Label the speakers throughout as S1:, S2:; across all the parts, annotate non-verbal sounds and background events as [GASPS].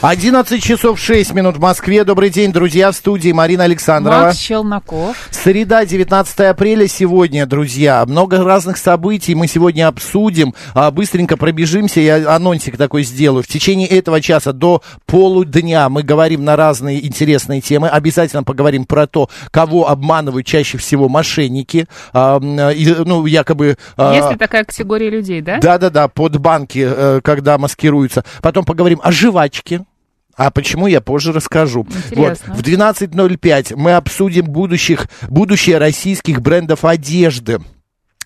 S1: 11 часов 6 минут в Москве. Добрый день, друзья, в студии Марина Александрова.
S2: Макс Челноков.
S1: Среда, 19 апреля сегодня, друзья. Много разных событий мы сегодня обсудим. А, Быстренько пробежимся, я анонсик такой сделаю. В течение этого часа до полудня мы говорим на разные интересные темы. Обязательно поговорим про то, кого обманывают чаще всего мошенники. А, м, и, Ну, якобы... а,
S2: Есть ли такая категория людей, да?
S1: да-да-да, под банки, э, когда маскируются. Потом поговорим о жвачке. А почему я позже расскажу? Вот,
S2: Интересно.
S1: в 12.05 мы обсудим будущих, будущее российских брендов одежды.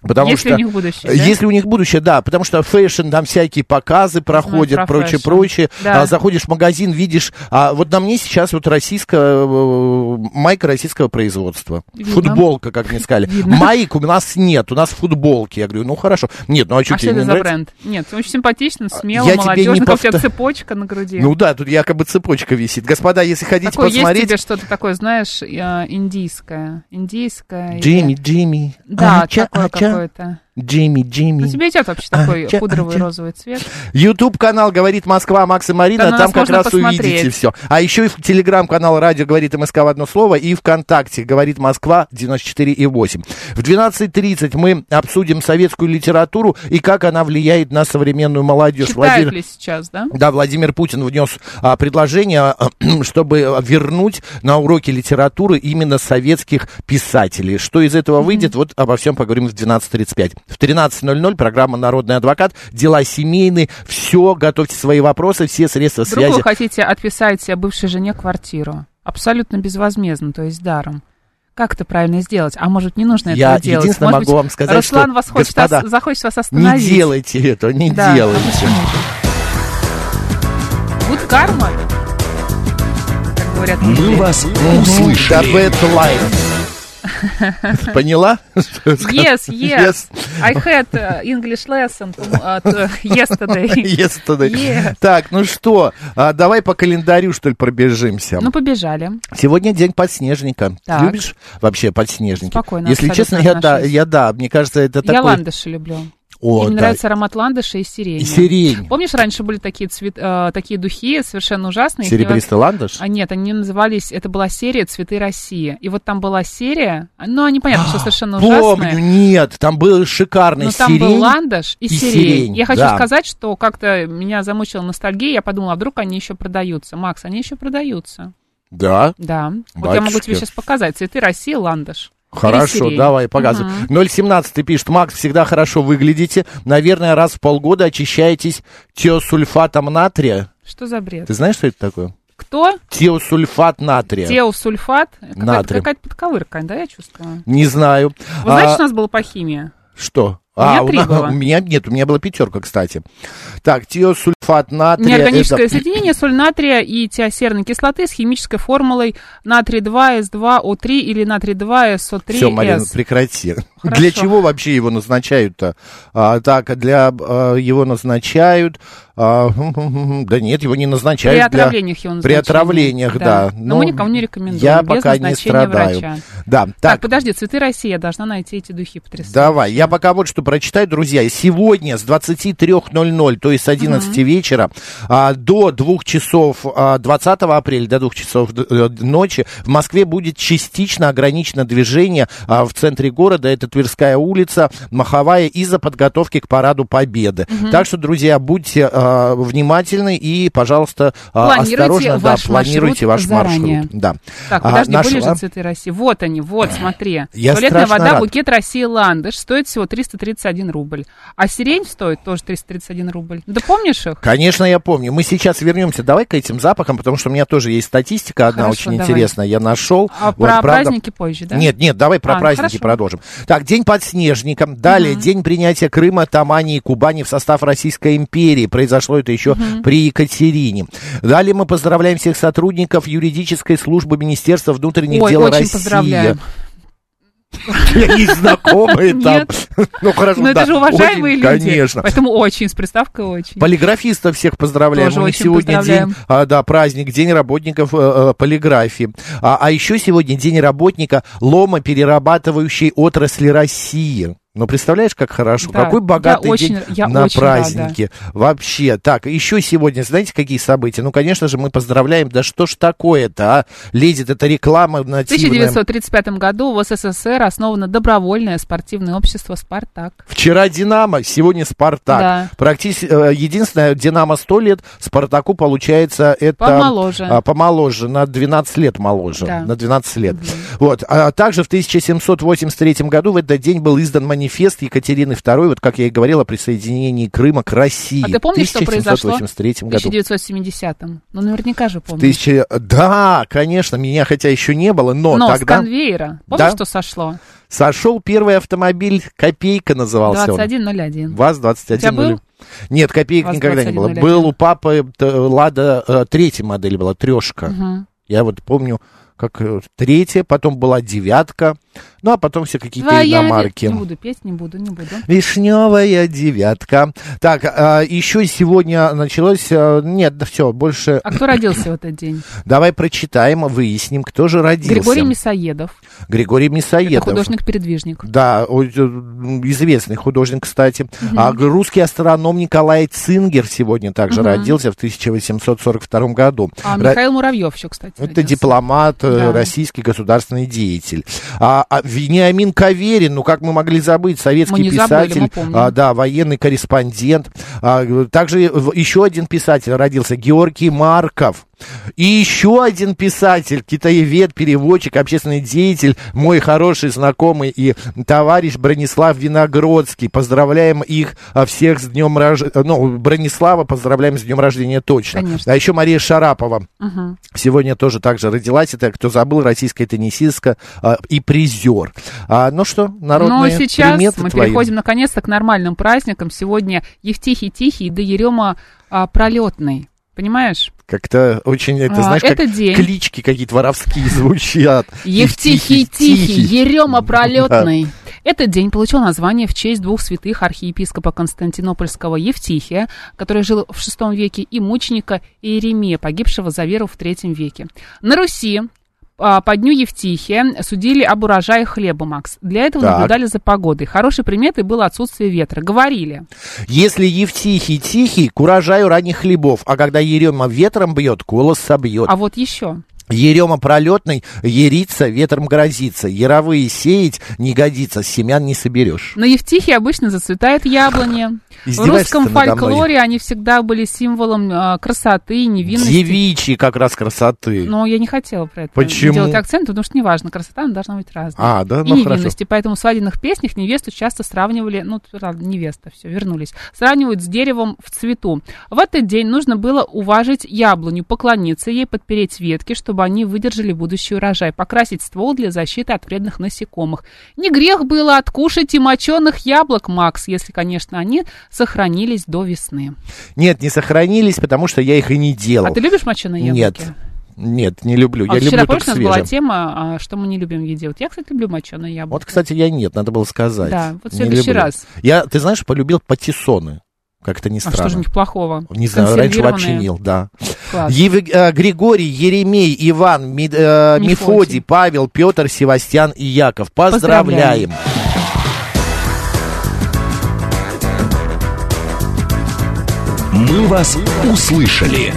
S1: Потому
S2: Есть ли
S1: что,
S2: у них будущее, да?
S1: Э, Если у них будущее, да. Потому что фэшн, там всякие показы проходят,
S2: про
S1: прочее,
S2: фэшн.
S1: прочее.
S2: Да.
S1: А, заходишь в магазин, видишь. А вот на мне сейчас вот российская э, майка российского производства.
S2: Видно.
S1: Футболка, как мне сказали.
S2: Видно.
S1: Майк у нас нет, у нас футболки. Я говорю, ну хорошо. Нет, ну а что
S2: а что
S1: тебе
S2: это
S1: не
S2: за
S1: нравится?
S2: бренд? Нет, очень симпатично, смело,
S1: я тебе не
S2: молодежно, как у тебя
S1: повтор-
S2: цепочка на груди.
S1: Ну да, тут якобы цепочка висит. Господа, если хотите
S2: Такое
S1: посмотреть...
S2: есть тебе что-то такое, знаешь, э, индийское. Индийское.
S1: Джимми, Джимми.
S2: Да,
S1: Ача,
S2: такое
S1: ача.
S2: какое-то.
S1: Джимми, Джимми.
S2: Ну, тебе идет вообще такой
S1: Ача,
S2: пудровый
S1: ача.
S2: розовый цвет.
S1: Ютуб канал говорит Москва, Макс и Марина,
S2: Да, на
S1: там
S2: нас
S1: как
S2: можно
S1: раз
S2: посмотреть.
S1: увидите все. А еще и в телеграм-канал Радио говорит МСК в одно слово и ВКонтакте говорит Москва 94,8. В 12.30 мы обсудим советскую литературу и как она влияет на современную молодежь.
S2: Читают
S1: Владимир-
S2: ли сейчас, да?
S1: Да, Владимир Путин внес а, предложение, [CLEARS THROAT] чтобы вернуть на уроки литературы именно советских писателей. Что из этого выйдет, вот обо всем поговорим в 12.35. В 13.00 программа «Народный адвокат», дела семейные, все, готовьте свои вопросы, все средства
S2: Вдруг
S1: связи.
S2: вы хотите отписать бывшей жене квартиру. Абсолютно безвозмездно, то есть даром. Как это правильно сделать? А может, не нужно
S1: Я
S2: этого делать?
S1: единственное
S2: Может быть,
S1: могу вам сказать,
S2: Руслан
S1: что,
S2: вас хочет
S1: господа,
S2: ос- захочет вас
S1: Не
S2: остановить.
S1: делайте этого, не
S2: Да, а
S1: делайте.
S2: почему же? Good карма, как говорят люди.
S3: «Мы вас
S1: Да,
S3: услышали».
S1: bad line. Поняла?
S2: Yes, yes. I had uh, English lesson from, uh, to-
S1: [LAUGHS]
S2: yesterday.
S1: Yesterday.
S2: Yes.
S1: Так, ну что, а, давай по календарю, что ли, пробежимся.
S2: Ну, побежали.
S1: Сегодня день подснежника.
S2: Так.
S1: Любишь вообще подснежники?
S2: Спокойно
S1: Если
S2: абсолютно
S1: честно, я да,
S2: отношусь.
S1: я да. Мне кажется, это
S2: Я
S1: такой...
S2: ландыши люблю.
S1: О,
S2: Мне
S1: да.
S2: нравится аромат ландыша и сирени.
S1: И сирень.
S2: Помнишь, раньше были такие, цвет, э, такие духи совершенно ужасные? Их не
S1: Серебристый ландыш?
S2: А нет, они назывались, это была серия «Цветы России». И вот там была серия, ну, они, понятно, что совершенно ужасные.
S1: А, Помню, нет, там был шикарный
S2: Но там
S1: сирень.
S2: был ландыш и,
S1: и
S2: сирень.
S1: сирень,
S2: Я хочу
S1: да.
S2: сказать, что как-то меня замучила ностальгия. Я подумала, а вдруг они еще продаются. Макс, они еще продаются.
S1: Да,
S2: Да. Вот я могу тебе
S1: Батюшки.
S2: сейчас показать. Цветы России, ландыш. Или
S1: хорошо,
S2: сирень.
S1: давай, показывай.
S2: Мгм.
S1: 017 пишет, Макс, всегда хорошо выглядите. Наверное, раз в полгода очищаетесь теосульфатом натрия.
S2: Что за бред?
S1: Ты знаешь, что это такое?
S2: Кто?
S1: Теосульфат натрия.
S2: Теосульфат? Какая-то-
S1: Натрий.
S2: Какая-то подковырка, да, я чувствую.
S1: Не знаю.
S2: Вы
S1: А-
S2: знаете, что у нас было по химии?
S1: Что? А,
S2: У меня
S1: у,
S2: три
S1: на-
S2: было.
S1: [LAUGHS] у меня нет, у меня была пятерка, кстати. Так, тиосульфат натрия.
S2: Неорганическое
S1: это-
S2: соединение соль натрия и теосерной кислоты с химической формулой натрий 2С2О3 или натрий 2СО3С.
S1: Все, Марина, прекрати. [LAUGHS]
S2: Хорошо.
S1: Для чего вообще его назначают-то? А, так, для а, его назначают. а, [LAUGHS] да нет, его не назначают
S2: При
S1: для-
S2: отравлениях его
S1: При
S2: назначение.
S1: отравлениях, да. Ну,
S2: Но мы никому не рекомендуем,
S1: Я
S2: без
S1: пока не
S2: назначения
S1: страдаю.
S2: врача.
S1: Да,
S2: Так,
S1: так,
S2: подожди, цветы России, я должна найти эти духи потрясающие.
S1: Давай, я пока вот что прочитаю, друзья. Сегодня с 23.00, то есть с 11 вечера, а, до 2 часов а, 20 апреля, до 2 часов д- э, ночи, в Москве будет частично ограничено движение а, в центре города. Это Тверская улица, Маховая, из-за подготовки к Параду Победы. Так что, друзья, будьте а, внимательны и, пожалуйста, а,
S2: Планируйте
S1: осторожно да,
S2: ваш
S1: планируйте
S2: маршрут
S1: ваш
S2: заранее.
S1: маршрут. Да.
S2: Так,
S1: А,
S2: подожди, были
S1: нашла?
S2: же цветы России. Вот они, вот, смотри.
S1: Я
S2: Туалетная
S1: страшно
S2: вода,
S1: рад.
S2: букет России Ландыш стоит всего 331 рубль. А сирень стоит тоже 331 рубль. Да помнишь их?
S1: Конечно, я помню. Мы сейчас вернемся. Давай к этим запахам, потому что у меня тоже есть статистика одна
S2: Хорошо,
S1: очень
S2: давай.
S1: интересная. Я нашел.
S2: А
S1: Вот,
S2: про
S1: правда-
S2: праздники позже, да?
S1: Нет, нет, давай
S2: А,
S1: про
S2: ну
S1: праздники
S2: хорошо.
S1: продолжим. Так, День подснежника. Далее, День принятия Крыма, Тамани и Кубани в состав Российской империи. Произошло это еще при Екатерине. Далее мы поздравляем всех сотрудников юридической службы Министерства внутренних
S2: Ой,
S1: дел
S2: очень
S1: России. [LAUGHS]
S2: поздравляем.
S1: Есть знакомые там. [LAUGHS] Ну хорошо,
S2: Но
S1: да.
S2: это же уважаемые
S1: Очень,
S2: люди.
S1: Конечно.
S2: Поэтому очень, с приставкой очень.
S1: Полиграфистов всех поздравляем.
S2: Тоже
S1: У них
S2: очень
S1: сегодня
S2: поздравляем.
S1: день, а, да, праздник, день работников э, э, полиграфии. А, а еще сегодня день работника ломоперерабатывающей отрасли России. Ну, представляешь, как хорошо,
S2: Да,
S1: какой богатый
S2: я очень-
S1: день
S2: я
S1: на
S2: очень
S1: празднике. Вообще, так, еще сегодня, знаете, какие события? Ну, конечно же, мы поздравляем, да что ж такое-то, а? Лезет эта реклама нативная.
S2: В 1935 году в СССР основано добровольное спортивное общество «Спартак».
S1: Вчера Динамо, сегодня Спартак.
S2: Да.
S1: Практически э, единственное, Динамо 100 лет, Спартаку получается это...
S2: Помоложе.
S1: а, помоложе, на 12 лет моложе.
S2: Да.
S1: На 12 лет. Вот. А также в 1783 году в этот день был издан манифест Екатерины II, вот как я и говорил, о присоединении Крыма к России.
S2: А ты помнишь, что произошло
S1: В 1783
S2: в
S1: году.
S2: 1970-м? Ну, наверняка же помнишь.
S1: Тысяча... Да, конечно, меня хотя еще не было, но,
S2: Но с
S1: тогда
S2: конвейера.
S1: Да.
S2: Помнишь, что сошло?
S1: сошел первый автомобиль, копейка назывался он.
S2: 2101. У тебя
S1: ВАЗ-21
S2: был?
S1: Нет, копеек
S2: ВАЗ
S1: никогда не было.
S2: 2101.
S1: Был у папы т- Лада, э, третья модель была, трешка. Я вот помню, как э, третья, потом была девятка, ну а потом все какие-то
S2: Твоя ну,
S1: иномарки.
S2: ве- Не буду петь, не буду, не буду.
S1: Вишневая девятка. Так, еще сегодня началось... э, Нет, да все, больше...
S2: А кто родился в этот
S1: [LAUGHS]
S2: день?
S1: Давай прочитаем, выясним, кто же родился.
S2: Григорий Мясоедов.
S1: Григорий
S2: Это
S1: Мясоедов.
S2: художник-передвижник.
S1: Да, о- э, м, известный художник, кстати. А г- русский астроном Николай Цингер сегодня также родился в 1842 году.
S2: А
S1: Ра-
S2: Михаил Муравьев еще, кстати.
S1: Это
S2: родился.
S1: дипломат, э,
S2: Да.
S1: российский государственный деятель. А, а Вениамин Каверин, ну как мы могли забыть, советский
S2: Мы не забыли,
S1: писатель,
S2: мы помним.
S1: а, да, военный корреспондент. А, э, также в- еще один писатель родился, Георгий Марков. И еще один писатель, китаевед, переводчик, общественный деятель, мой хороший знакомый и товарищ Бронислав Виногродский. Поздравляем их а, всех с днем рождения. Ну, Бронислава поздравляем с днем рождения точно.
S2: Конечно.
S1: А еще Мария Шарапова. Сегодня тоже также родилась. Это, кто забыл, российская теннисистка а, и призер. А, ну что,
S2: Но
S1: народные
S2: сейчас
S1: приметы
S2: мы
S1: твои?
S2: переходим наконец-то к нормальным праздникам. Сегодня Евтихий Тихий, да Ерема а, Пролетный. Понимаешь?
S1: Как-то очень, это,
S2: А,
S1: знаешь,
S2: это
S1: как
S2: день.
S1: клички какие-то воровские [LAUGHS] звучат.
S2: Евтихий Тихий,
S1: Евтихий-тихий.
S2: Ерема Пролетный. Этот день получил название в честь двух святых архиепископа Константинопольского Евтихия, который жил в VI веке, и мученика Иеремия, погибшего за веру в III веке. На Руси а, по дню Евтихия судили об урожае хлеба, Макс. Для этого
S1: Так.
S2: наблюдали за погодой. Хорошей приметой было отсутствие ветра. Говорили,
S1: Если Евтихий тихий, к урожаю ранних хлебов, а когда Ерема ветром бьет, колос собьет.
S2: а вот еще.
S1: Ерема пролетный, ерится, ветром грозится. Яровые сеять не годится, семян не соберешь.
S2: На Евтихе обычно зацветают яблони. В
S1: Издеваешься
S2: русском
S1: ты надо мной?
S2: фольклоре они всегда были символом а, красоты, невинности.
S1: Девичьи как раз красоты.
S2: Но я не хотела про это
S1: Почему?
S2: делать акцент, потому что неважно, красота она должна быть разной.
S1: А, да?
S2: и
S1: Ну, хорошо.
S2: невинности. Поэтому в свадебных песнях невесту часто сравнивали, ну, правда, невеста, все, вернулись, сравнивают с деревом в цвету. В этот день нужно было уважить яблоню, поклониться ей, подпереть ветки, чтобы они выдержали будущий урожай, покрасить ствол для защиты от вредных насекомых. Не грех было откушать и моченых яблок, Макс, если, конечно, они сохранились до весны.
S1: Нет, не сохранились, потому что я их и не делал.
S2: А ты любишь моченые яблоки?
S1: Нет. Нет, не люблю.
S2: А
S1: я
S2: вот вчера,
S1: люблю
S2: помнишь,
S1: только
S2: у нас была
S1: свежие.
S2: тема, а, что мы не любим в еде. Вот я, кстати, люблю моченое яблоко.
S1: Вот, кстати, я нет, надо было сказать.
S2: Да, вот в
S1: Не
S2: следующий
S1: люблю.
S2: раз.
S1: Я, ты знаешь, полюбил патиссоны. Как-то не
S2: А
S1: странно.
S2: что же в них плохого?
S1: Не знаю, раньше вообще не
S2: Консервированные.
S1: ел, да.
S2: Класс.
S1: Еве- э, Григорий, Еремей, Иван, Ми- э,
S2: Мефодий.
S1: Мефодий, Павел, Петр, Севастьян и Яков. Поздравляем.
S2: Поздравляем.
S3: «Мы вас услышали».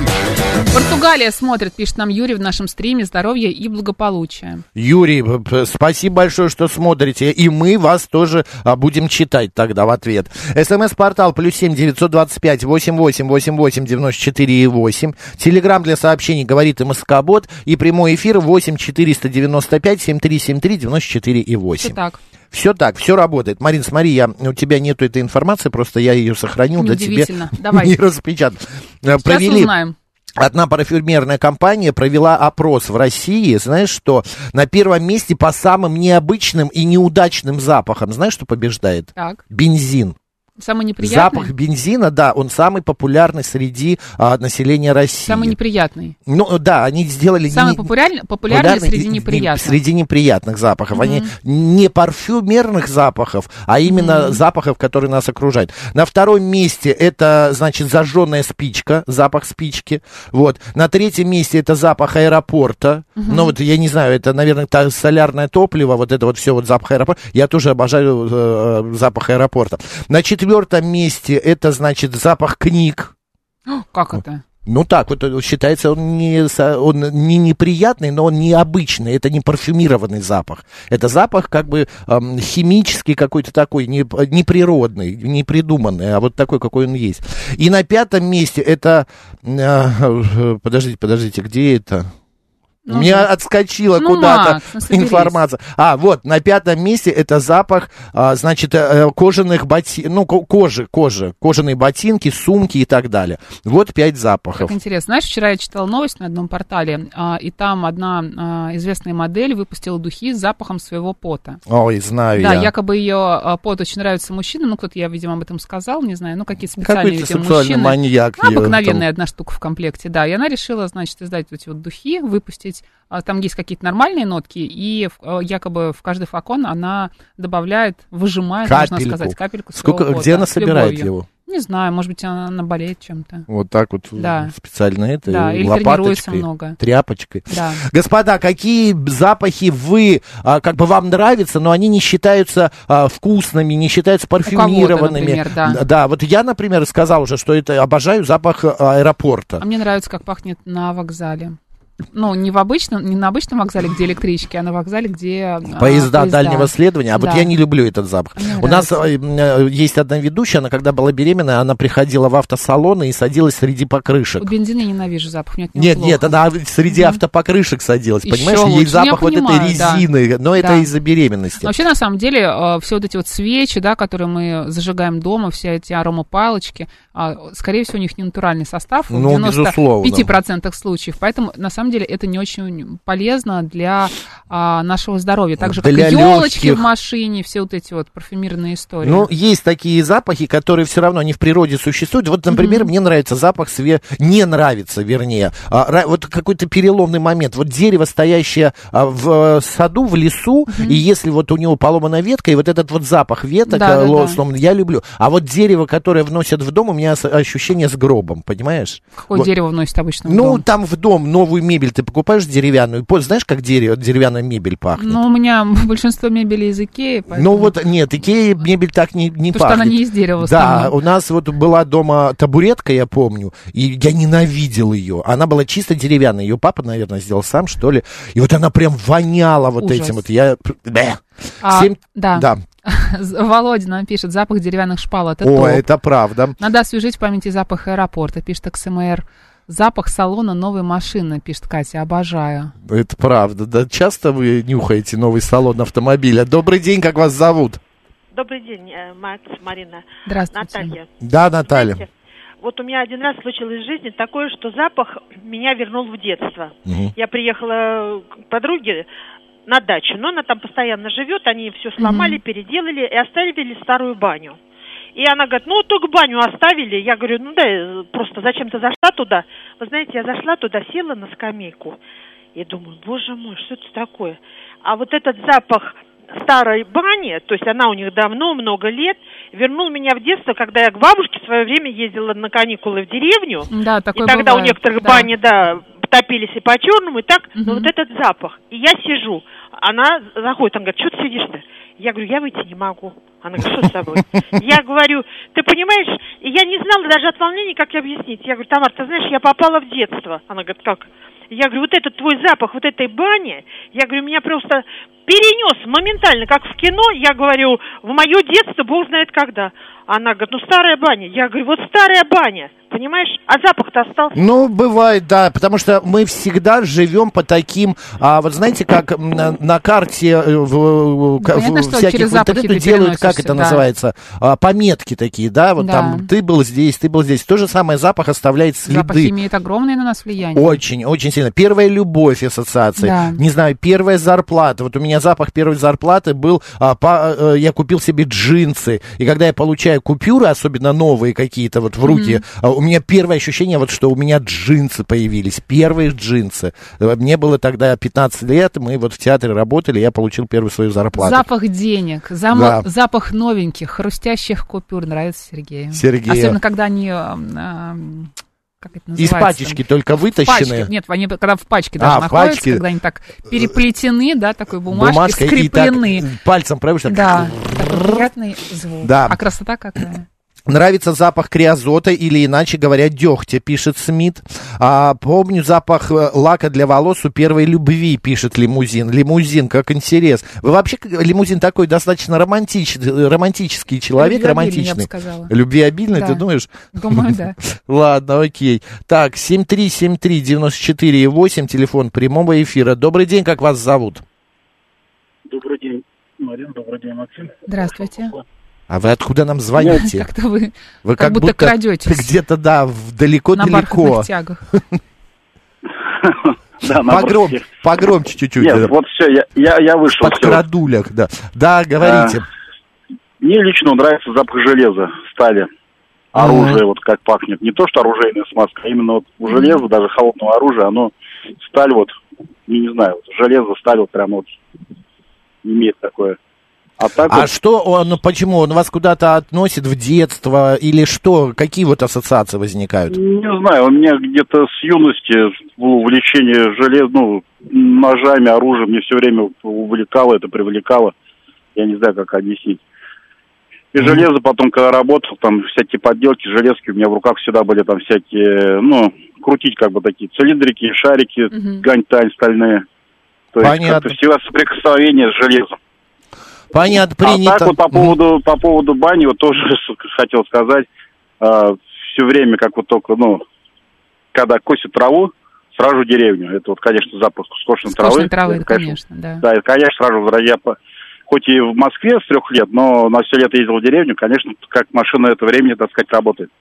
S2: Португалия смотрит, пишет нам Юрий в нашем стриме «Здоровье и благополучие».
S1: Юрий, п- п- спасибо большое, что смотрите. И мы вас тоже а, будем читать тогда в ответ. СМС-портал плюс семь девятьсот двадцать пять восемь восемь восемь восемь девяносто четыре и восемь. Телеграмм для сообщений говорит МСК-бот. И прямой эфир восемь четыреста девяносто пять семь три семь три девяносто четыре
S2: Все
S1: и восемь.
S2: так.
S1: Все так, все работает. Марин, смотри, я, у тебя нету этой информации, просто я ее сохранил, да тебе
S2: Неудивительно. Давай.
S1: [LAUGHS] не распечатал. Э,
S2: Сейчас
S1: Провели
S2: узнаем.
S1: Одна парфюмерная компания провела опрос в России, знаешь что, на первом месте по самым необычным и неудачным запахам, знаешь что побеждает?
S2: Так.
S1: Бензин.
S2: Самый неприятный?
S1: Запах бензина, да, он самый популярный среди а, населения России.
S2: Самый неприятный.
S1: Ну да, они сделали...
S2: Самый
S1: не-
S2: популярный, популярный среди
S1: и-
S2: неприятных.
S1: Среди неприятных запахов. Они не парфюмерных запахов, а именно запахов, которые нас окружают. На втором месте это, значит, зажженная спичка, запах спички. Вот. На третьем месте это запах аэропорта. Ну, вот я не знаю, это, наверное, та- солярное топливо, вот это вот все вот запах аэропорта. Я тоже обожаю э, запах аэропорта. На четвертом месте это, значит, запах книг.
S2: Как это?
S1: Ну так, вот э, считается, он не, со- он не неприятный, но он необычный, это не парфюмированный запах. Это запах как бы эм, химический какой-то такой, не, не природный, не придуманный, а вот такой, какой он есть. И на пятом месте это... э, подождите, подождите, где это? У
S2: Ну,
S1: меня отскочила
S2: Ну,
S1: куда-то
S2: Макс, ну, соберись.
S1: информация. А, вот, на пятом месте это запах, а, значит, э, кожаных ботинок, ну, ко- кожи, кожи, кожаные ботинки, сумки и так далее. Вот пять запахов.
S2: Как интересно. Знаешь, вчера я читала новость на одном портале, а, и там одна а, известная модель выпустила духи с запахом своего пота.
S1: Ой, знаю
S2: Да,
S1: я.
S2: якобы ее а, пот очень нравится мужчинам. Ну, кто-то, я, видимо, об этом сказал, не знаю. Ну, какие-то специальные,
S1: Какой-то
S2: видимо,
S1: сексуальный
S2: мужчины.
S1: маньяк.
S2: Ну,
S1: я
S2: Обыкновенная
S1: там.
S2: одна штука в комплекте, да. И она решила, значит, издать вот эти вот духи, выпустить. А, Там есть какие-то нормальные нотки, и в- э, якобы в каждый флакон она добавляет, выжимает,
S1: Капельку.
S2: можно сказать, капельку своего
S1: Сколько,
S2: пота
S1: где она
S2: с
S1: собирает
S2: любовью.
S1: его?
S2: Не знаю, может быть, она, она болеет чем-то.
S1: Вот так вот
S2: Да.
S1: специально это,
S2: Да, или тренируется
S1: лопаточкой,
S2: много.
S1: тряпочкой.
S2: Да.
S1: Господа, какие запахи вы, а, как бы вам нравятся, но они не считаются а, вкусными, не считаются парфюмированными.
S2: например, да.
S1: вот я, например, сказал уже, что это обожаю запах а, аэропорта.
S2: А мне нравится, как пахнет на вокзале. Ну, не в обычном, не на обычном вокзале, где электрички, а на вокзале, где а,
S1: Поезда дальнего следования, а вот
S2: Да. Ну,
S1: я не люблю этот запах.
S2: Мне
S1: У нас
S2: нравится.
S1: э, м, э, есть одна ведущая, она когда была беременна, она приходила в автосалоны и садилась среди покрышек.
S2: Вот бензин я ненавижу запах, мне от него
S1: Нет,
S2: плохо.
S1: нет, она среди автопокрышек садилась,
S2: Ещё
S1: понимаешь? Ей
S2: лучше. Ну, я
S1: запах вот этой
S2: понимаю, да.
S1: резины, но это
S2: Да.
S1: из-за беременности.
S2: Вообще, на самом деле, э, все вот эти вот свечи, да, которые мы зажигаем дома, все эти аромапалочки, а, скорее всего, у них не натуральный состав
S1: Ну,
S2: в
S1: безусловно.
S2: 95% случаев. Поэтому, на самом деле, это не очень полезно для а, нашего здоровья. Так же, как
S1: Для
S2: и елочки
S1: легких.
S2: в машине, все вот эти вот парфюмерные истории.
S1: Ну, есть такие запахи, которые все равно они в природе существуют. Вот, например, мне нравится запах све... Не нравится, вернее. а, ра- Вот какой-то переломный момент. Вот дерево, стоящее а, в э, саду, в лесу, и если вот у него поломана ветка, и вот этот вот запах веток,
S2: Да,
S1: э,
S2: да,
S1: ло-
S2: да.
S1: сломан, я люблю. А вот дерево, которое вносят в дом, у меня с- ощущение с гробом, понимаешь?
S2: Какое
S1: Вот.
S2: дерево вносит обычно в
S1: Ну,
S2: дом?
S1: там в дом новую мебель ты покупаешь деревянную, по- знаешь, как дерево, деревянная мебель пахнет?
S2: Ну, у меня [LAUGHS] большинство мебели из Икеи, поэтому...
S1: Ну вот нет, Икея мебель так не,
S2: Потому
S1: не
S2: что она
S1: пахнет.
S2: не из дерева в
S1: Да,
S2: основном.
S1: у нас вот была дома табуретка, я помню, и я ненавидел ее. Она была чисто деревянная, ее папа, наверное, сделал сам, что ли. И вот она прям воняла вот
S2: Ужас.
S1: этим вот. Я... Бэ.
S2: А,
S1: Семь-
S2: да.
S1: да.
S2: [LAUGHS] Володя нам пишет, запах деревянных шпал, это
S1: О,
S2: топ.
S1: это правда.
S2: Надо освежить в памяти запах аэропорта, пишет XMR. Запах салона новой машины, пишет Катя, обожаю.
S1: Это правда. Да, часто вы нюхаете новый салон автомобиля. Добрый день, как вас зовут?
S4: Добрый день, э, Макс, Марина.
S2: Здравствуйте.
S4: Наталья.
S1: Да, Наталья.
S4: Знаете, вот у меня один раз случилось в жизни такое, что запах меня вернул в детство.
S1: Мгм.
S4: Я приехала к подруге на дачу, но она там постоянно живет, они все сломали, переделали и оставили старую баню. И она говорит, ну, только баню оставили. Я говорю, ну да, э, просто зачем-то зашла туда. Вы знаете, я зашла туда, села на скамейку. И думаю, боже мой, что это такое? А вот этот запах старой бани, то есть она у них давно, много лет, вернул меня в детство, когда я к бабушке в свое время ездила на каникулы в деревню.
S2: Да, такое
S4: и тогда у
S2: бывает,
S4: некоторых
S2: да.
S4: бани, да, топились и по-черному, и так, но вот этот запах. И я сижу, она заходит, она говорит, что ты сидишь-то? Я говорю, я выйти не могу. Она говорит, что с тобой? Я говорю, ты понимаешь, и я не знала даже от волнения, как ей объяснить. Я говорю, Тамар, ты знаешь, я попала в детство. Она говорит, как? Я говорю, вот этот твой запах, вот этой бани, я говорю, меня просто перенес моментально, как в кино, я говорю, в мое детство, бог знает когда. Она говорит, ну старая баня. Я говорю, вот старая баня, понимаешь, а запах-то остался.
S1: Ну, бывает, да, потому что мы всегда живем по таким, а, вот знаете, как м, на, на карте э, в, в- к-
S2: Понятно,
S1: в
S2: что
S1: всяких
S2: через
S1: в интернете
S2: запахи ты
S1: делают, как
S2: переносишься, да.
S1: это называется, а, пометки такие, да, вот
S2: Да.
S1: там ты был здесь, ты был здесь. То же самое запах оставляет следы.
S2: Запахи имеют огромное на нас влияние.
S1: Очень, очень сильно. Первая любовь ассоциации.
S2: Да.
S1: Не знаю, первая зарплата. Вот у меня запах первой зарплаты был, а, по- э, я купил себе джинсы. И когда я получаю купюры, особенно новые какие-то вот в руки, а, у меня первое ощущение, вот что у меня джинсы появились. Первые джинсы. Э, Мне было тогда 15 лет, мы вот в театре работали, я получил первую свою зарплату.
S2: Запах денег, зам-
S1: Да.
S2: запах новеньких, хрустящих купюр нравится Сергею.
S1: Сергею.
S2: Особенно, когда они... эм, эм, как это
S1: Из
S2: называется?
S1: пачечки только
S2: В
S1: вытащены.
S2: пачке. Нет, они когда в пачке
S1: А,
S2: даже
S1: в
S2: находятся,
S1: пачке.
S2: когда они так переплетены, да, такой бумажкой,
S1: Бумажкой и так
S2: скреплены.
S1: пальцем правишь, так
S2: Да, такой приятный звук.
S1: Да.
S2: А красота какая.
S1: Нравится запах криозота или, иначе говоря, дегтя, пишет Смит. А, помню запах э, лака для волос у первой любви, пишет Лимузин. Лимузин, как интерес. Вы вообще, к- Лимузин такой достаточно романтич, романтический
S2: Любвеобильный,
S1: человек,
S2: я бы
S1: романтичный.
S2: сказала.
S1: Любвеобильный,
S2: Да.
S1: ты думаешь?
S2: Думаю, да.
S1: Ладно, окей. Так, 7373948, телефон прямого эфира. Добрый день, как вас зовут?
S5: Добрый день, Марин, добрый день, Максим.
S2: Здравствуйте.
S1: А вы откуда нам звоните?
S2: Как-то вы
S1: Вы
S2: как будто крадетесь.
S1: Где-то, да, в-
S2: на
S1: далеко-далеко.
S2: бархатных тягах.
S5: Да, на
S1: Погром,
S5: бруске.
S1: погромче чуть-чуть.
S5: Нет,
S1: э,
S5: вот все, я, я, я вышел.
S1: Под
S5: всё.
S1: крадулях, да. Да, говорите.
S5: Мне лично нравится запах железа, стали. Оружие, вот как пахнет. Не то, что оружейная смазка, а именно вот у железа, даже холодного оружия, оно сталь вот, ну не знаю, вот железо, сталь вот прям вот имеет такое. А так
S1: А
S5: вот,
S1: что он, почему он вас куда-то относит в детство или что? Какие вот ассоциации возникают?
S5: не знаю, у меня где-то с юности увлечение желез, ну, ножами, оружием, мне все время увлекало, это привлекало. Я не знаю, как объяснить. И железо потом, когда работал, там всякие подделки, железки у меня в руках всегда были там всякие, ну, крутить как бы такие цилиндрики, шарики,
S2: Мгм.
S5: гань-тань стальные. То есть
S1: Понятно.
S5: как-то всегда соприкосновение с железом.
S1: Понятно, принято.
S5: А так вот по
S1: Мгм.
S5: поводу, по поводу бани, вот тоже [LAUGHS] хотел сказать, все время, как вот только, ну, когда косит траву, сразу деревню. Это вот, конечно, запах скошенной травы.
S2: Скошенной травы,
S5: Это,
S2: конечно, да.
S5: Да, это, конечно, сразу же, я по- хоть и в Москве с трех лет, но на все лето ездил в деревню, конечно, как машина это времени, так сказать, работает.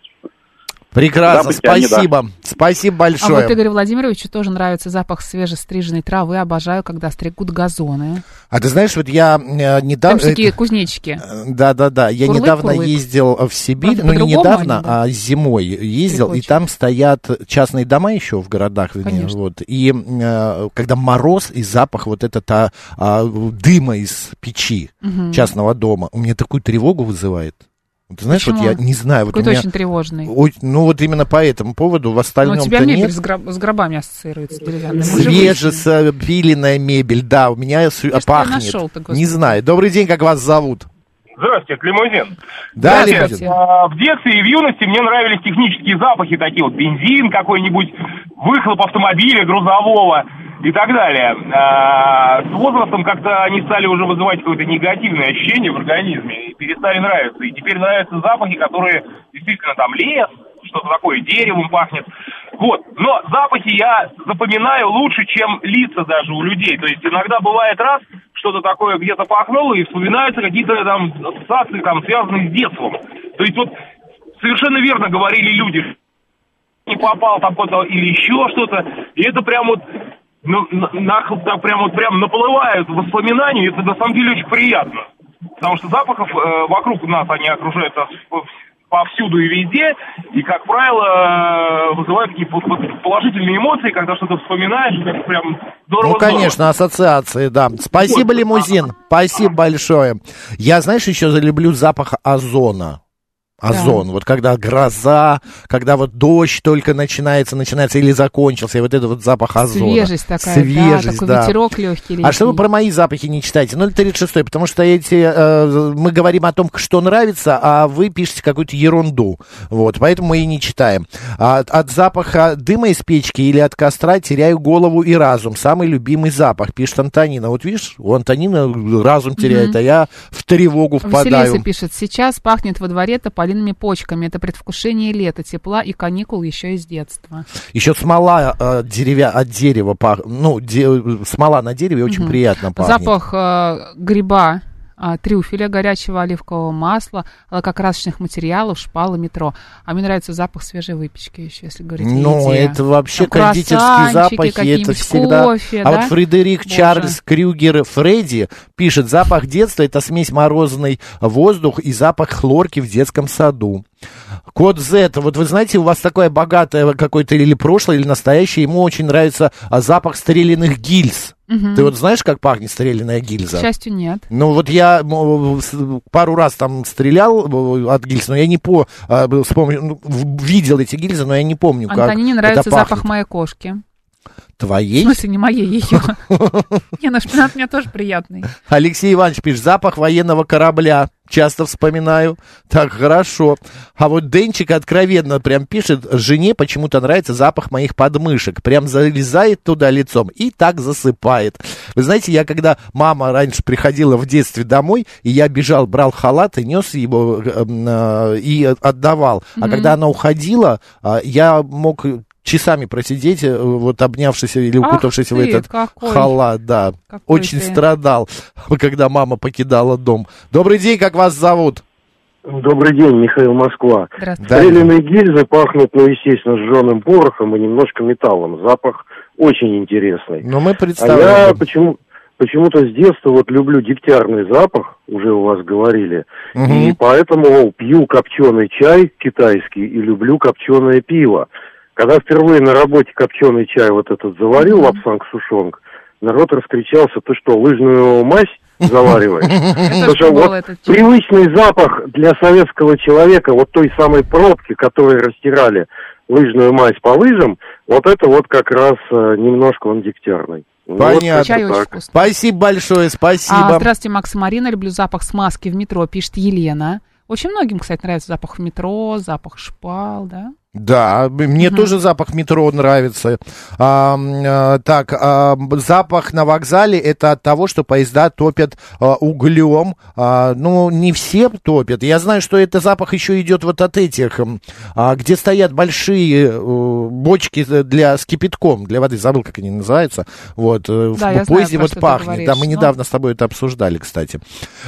S1: Прекрасно,
S5: Да, они, да.
S1: спасибо. Спасибо
S2: А
S1: большое.
S2: вот Игорю Владимировичу тоже нравится запах свежестриженной травы. Обожаю, когда стригут газоны.
S1: А ты знаешь, вот я э, недавно...
S2: Там такие кузнечики.
S1: Да, да, да. Я
S2: Курлык,
S1: недавно
S2: курлык.
S1: ездил в Сибирь,
S2: Правда,
S1: ну не
S2: по-другому
S1: недавно,
S2: они, да.
S1: а зимой ездил, и
S2: Прикольчик.
S1: там стоят частные дома еще в городах, вернее,
S2: Конечно.
S1: вот. И э, когда мороз и запах вот этот а, а, дыма из печи частного дома, у меня такую тревогу вызывает. Ты знаешь, вот
S2: Почему?
S1: я не знаю, вот у
S2: Какой-то
S1: меня.
S2: очень тревожный.
S1: Ой, ну вот именно по этому поводу в
S2: Но у
S1: остальном
S2: тебя мебель
S1: нет.
S2: с, гроб- с гробами ассоциируется деревянная. Мы же выяснили.
S1: Свежесопиленная мебель, да, у меня с-
S2: ж ты
S1: пахнет.
S2: нашел-то, господи?
S1: не знаю. Добрый день, как вас зовут?
S6: Здравствуйте, это лимузин.
S1: Да, Ну,
S2: Здравствуйте.
S1: Лебедин?
S6: А, В детстве и в юности мне нравились технические запахи, такие вот бензин какой-нибудь, выхлоп автомобиля грузового и так далее. А, С возрастом как-то они стали уже вызывать какое-то негативное ощущение в организме и перестали нравиться. И теперь нравятся запахи, которые действительно там лес, что-то такое, деревом пахнет. Вот. Но запахи я запоминаю лучше, чем лица даже у людей. То есть иногда бывает раз, что-то такое где-то пахнуло, и вспоминаются какие-то там ассоциации, там, связанные с детством. То есть вот совершенно верно говорили люди, что не попал там куда или еще что-то, и это прям вот ну, на- нах- так прям вот прям наплывают воспоминания, и это на самом деле очень приятно. Потому что запахов э, вокруг нас они окружают нас пов- повсюду и везде, и, как правило, э, вызывают такие пол- пол- положительные эмоции, когда что-то вспоминаешь, это прям здорово.
S1: Ну, конечно, ассоциации, да. Спасибо, лимузин. Спасибо большое. Я, знаешь, еще люблю запах озона. Озон. Вот когда гроза, когда вот дождь только начинается, начинается или закончился, и вот этот вот запах озона.
S2: Свежесть такая, да,
S1: Свежесть,
S2: такой
S1: да.
S2: ветерок легкий
S1: А что вы
S2: летний.
S1: про мои запахи не читаете? 036, потому что эти, э, мы говорим о том, что нравится, а вы пишете какую-то ерунду. Вот, поэтому мы и не читаем. А От, от запаха дыма из печки или от костра теряю голову и разум. Самый любимый запах, пишет Антонина. Вот видишь, у Антонина разум теряет, а я в тревогу впадаю.
S2: Василиса пишет, сейчас пахнет во дворе тополиными почками. Это предвкушение лета, тепла и каникул еще из детства.
S1: Еще смола э, деревя, от дерева пах... Ну, де- смола на дереве очень
S2: Мгм.
S1: приятно пахнет.
S2: Запах э, гриба, а, трюфеля, горячего оливкового масла, лакокрасочных материалов, шпала, метро. А мне нравится запах свежей выпечки еще, если говорить о
S1: Ну,
S2: еде.
S1: это вообще
S2: Там
S1: кондитерские
S2: круассанчики
S1: запахи, это
S2: какие-нибудь,
S1: всегда...
S2: кофе,
S1: а
S2: да?
S1: вот Фредерик
S2: Боже.
S1: Чарльз Крюгер Фредди пишет, запах детства – это смесь морозный воздух и запах хлорки в детском саду. Код Z, вот вы знаете, у вас такое богатое какое-то или прошлое, или настоящее, ему очень нравится а, запах стреляных гильз.
S2: Мгм.
S1: Ты вот знаешь, как пахнет стреляная
S2: К
S1: гильза?
S2: счастью, нет.
S1: Ну вот я м, с- пару раз там стрелял э, от гильз, но я не по а, был- вспомню, ну, в- видел эти гильзы, но я не помню, Ну как.
S2: Антонине
S1: это
S2: нравится запах Ну,
S1: пахнет.
S2: моей кошки. В
S1: твоей.
S2: смысле, не моей,
S1: [LAUGHS]
S2: ее. Не, ну шпинат мне тоже приятный.
S1: Алексей Иванович пишет, запах военного корабля. Часто вспоминаю. Так хорошо. А вот Денчик откровенно прям пишет, жене почему-то нравится запах моих подмышек. Прям залезает туда лицом и так засыпает. Вы знаете, я когда мама раньше приходила в детстве домой, и я бежал, брал халат и нес его э, м, э, и отдавал. А
S2: Мгм.
S1: когда она уходила, а, я мог часами просидеть, э, вот обнявшись или
S2: Ах
S1: укутавшись в
S2: ты,
S1: этот
S2: какой.
S1: халат, да.
S2: Какой
S1: Очень
S2: ты.
S7: [LAUGHS]
S1: страдал, когда мама покидала дом. Добрый день, как вас зовут?
S7: Добрый день, Михаил Москва.
S2: Здравствуйте.
S7: Стреляные гильзы пахнут, ну, естественно, сжженным порохом и немножко металлом. Запах очень интересный.
S1: Но Ну, мы
S7: А я
S1: представляем.
S7: почему, почему-то с детства вот люблю дегтярный запах, уже у вас говорили, и поэтому пью копченый чай китайский и люблю копченое пиво. Когда впервые на работе копченый чай вот этот заварил, лапсанг сушонг, народ раскричался, ты что, лыжную мазь завариваешь? Потому что
S2: было
S7: вот
S2: этот чай.
S7: привычный запах для советского человека, вот той самой пробки, которые растирали лыжную мазь по лыжам, вот это вот как раз э, немножко он дегтярный. Вот
S1: Понятно.
S7: как-то
S2: Чай очень
S7: так.
S2: вкусный.
S1: Спасибо большое,
S2: А,
S1: спасибо.
S2: здравствуйте, Макс и Марина. Люблю запах смазки в метро, пишет Елена. Очень многим, кстати, нравится запах в метро, запах шпал, да?
S1: Да, мне тоже запах метро нравится. А, м, а, так, а, м, запах на вокзале это от того, что поезда топят а, углем. А, ну, не все топят. Я знаю, что это запах еще идет вот от этих, м, а, где стоят большие э, бочки для с кипятком, для воды. Забыл, как они называются. Вот э,
S2: Да, я знаю,
S1: в поезде
S2: про
S1: вот
S2: что ты
S1: пахнет. Да,
S2: говоришь,
S1: мы
S2: но-
S1: недавно с тобой это обсуждали, кстати.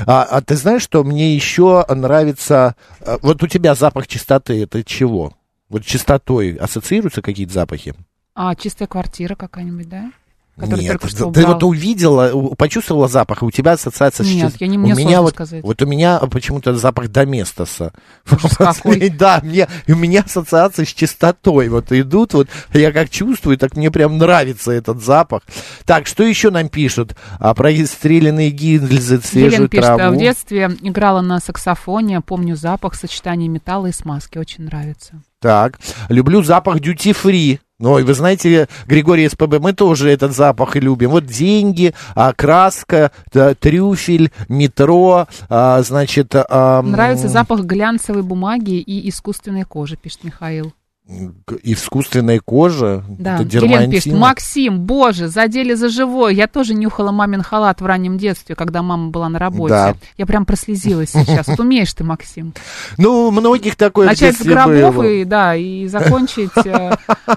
S1: А, а ты знаешь, что мне еще нравится? э, Вот у тебя запах чистоты это чего? Вот чистотой ассоциируются какие-то запахи?
S2: А, чистая квартира какая-нибудь, да? Которую
S1: Нет,
S2: только что
S1: ты
S2: убрал.
S1: вот увидела, у- почувствовала запах, и у тебя ассоциация
S2: Нет,
S1: с чис-
S2: я не-
S1: у
S2: мне
S1: меня
S2: сложно
S1: вот,
S2: сказать. Ну,
S1: Вот у меня почему-то запах доместоса. [LAUGHS]
S2: какой.
S1: Да, мне, у меня ассоциация с чистотой. Вот идут, вот я как чувствую, так мне прям нравится этот запах. Так, что еще нам пишут? А, про стреляные гильзы,
S2: Елена
S1: свежую
S2: пишет, а
S1: траву.
S2: в детстве играла на саксофоне, помню запах сочетания металла и смазки, очень нравится.
S1: Так, люблю запах duty free. Ну, и вы знаете, Григорий СПБ, мы тоже этот запах и любим. Вот деньги, а, краска, да, трюфель, метро, а, значит... а, м,
S2: Нравится запах глянцевой бумаги и искусственной кожи, пишет Михаил.
S1: к- Искусственная кожа,
S2: Да,
S1: это
S2: Елена пишет,
S1: дермантин.
S2: Максим, боже, задели за живое. Я тоже нюхала мамин халат в раннем детстве, когда мама была на работе.
S1: Да.
S2: Я прям прослезилась сейчас. Вот умеешь ты,
S1: [LAUGHS]
S2: Максим.
S1: Ну, у многих такое в
S2: Начать с
S1: детстве
S2: гробов
S1: было.
S2: и, да, и закончить
S1: [LAUGHS]
S2: э,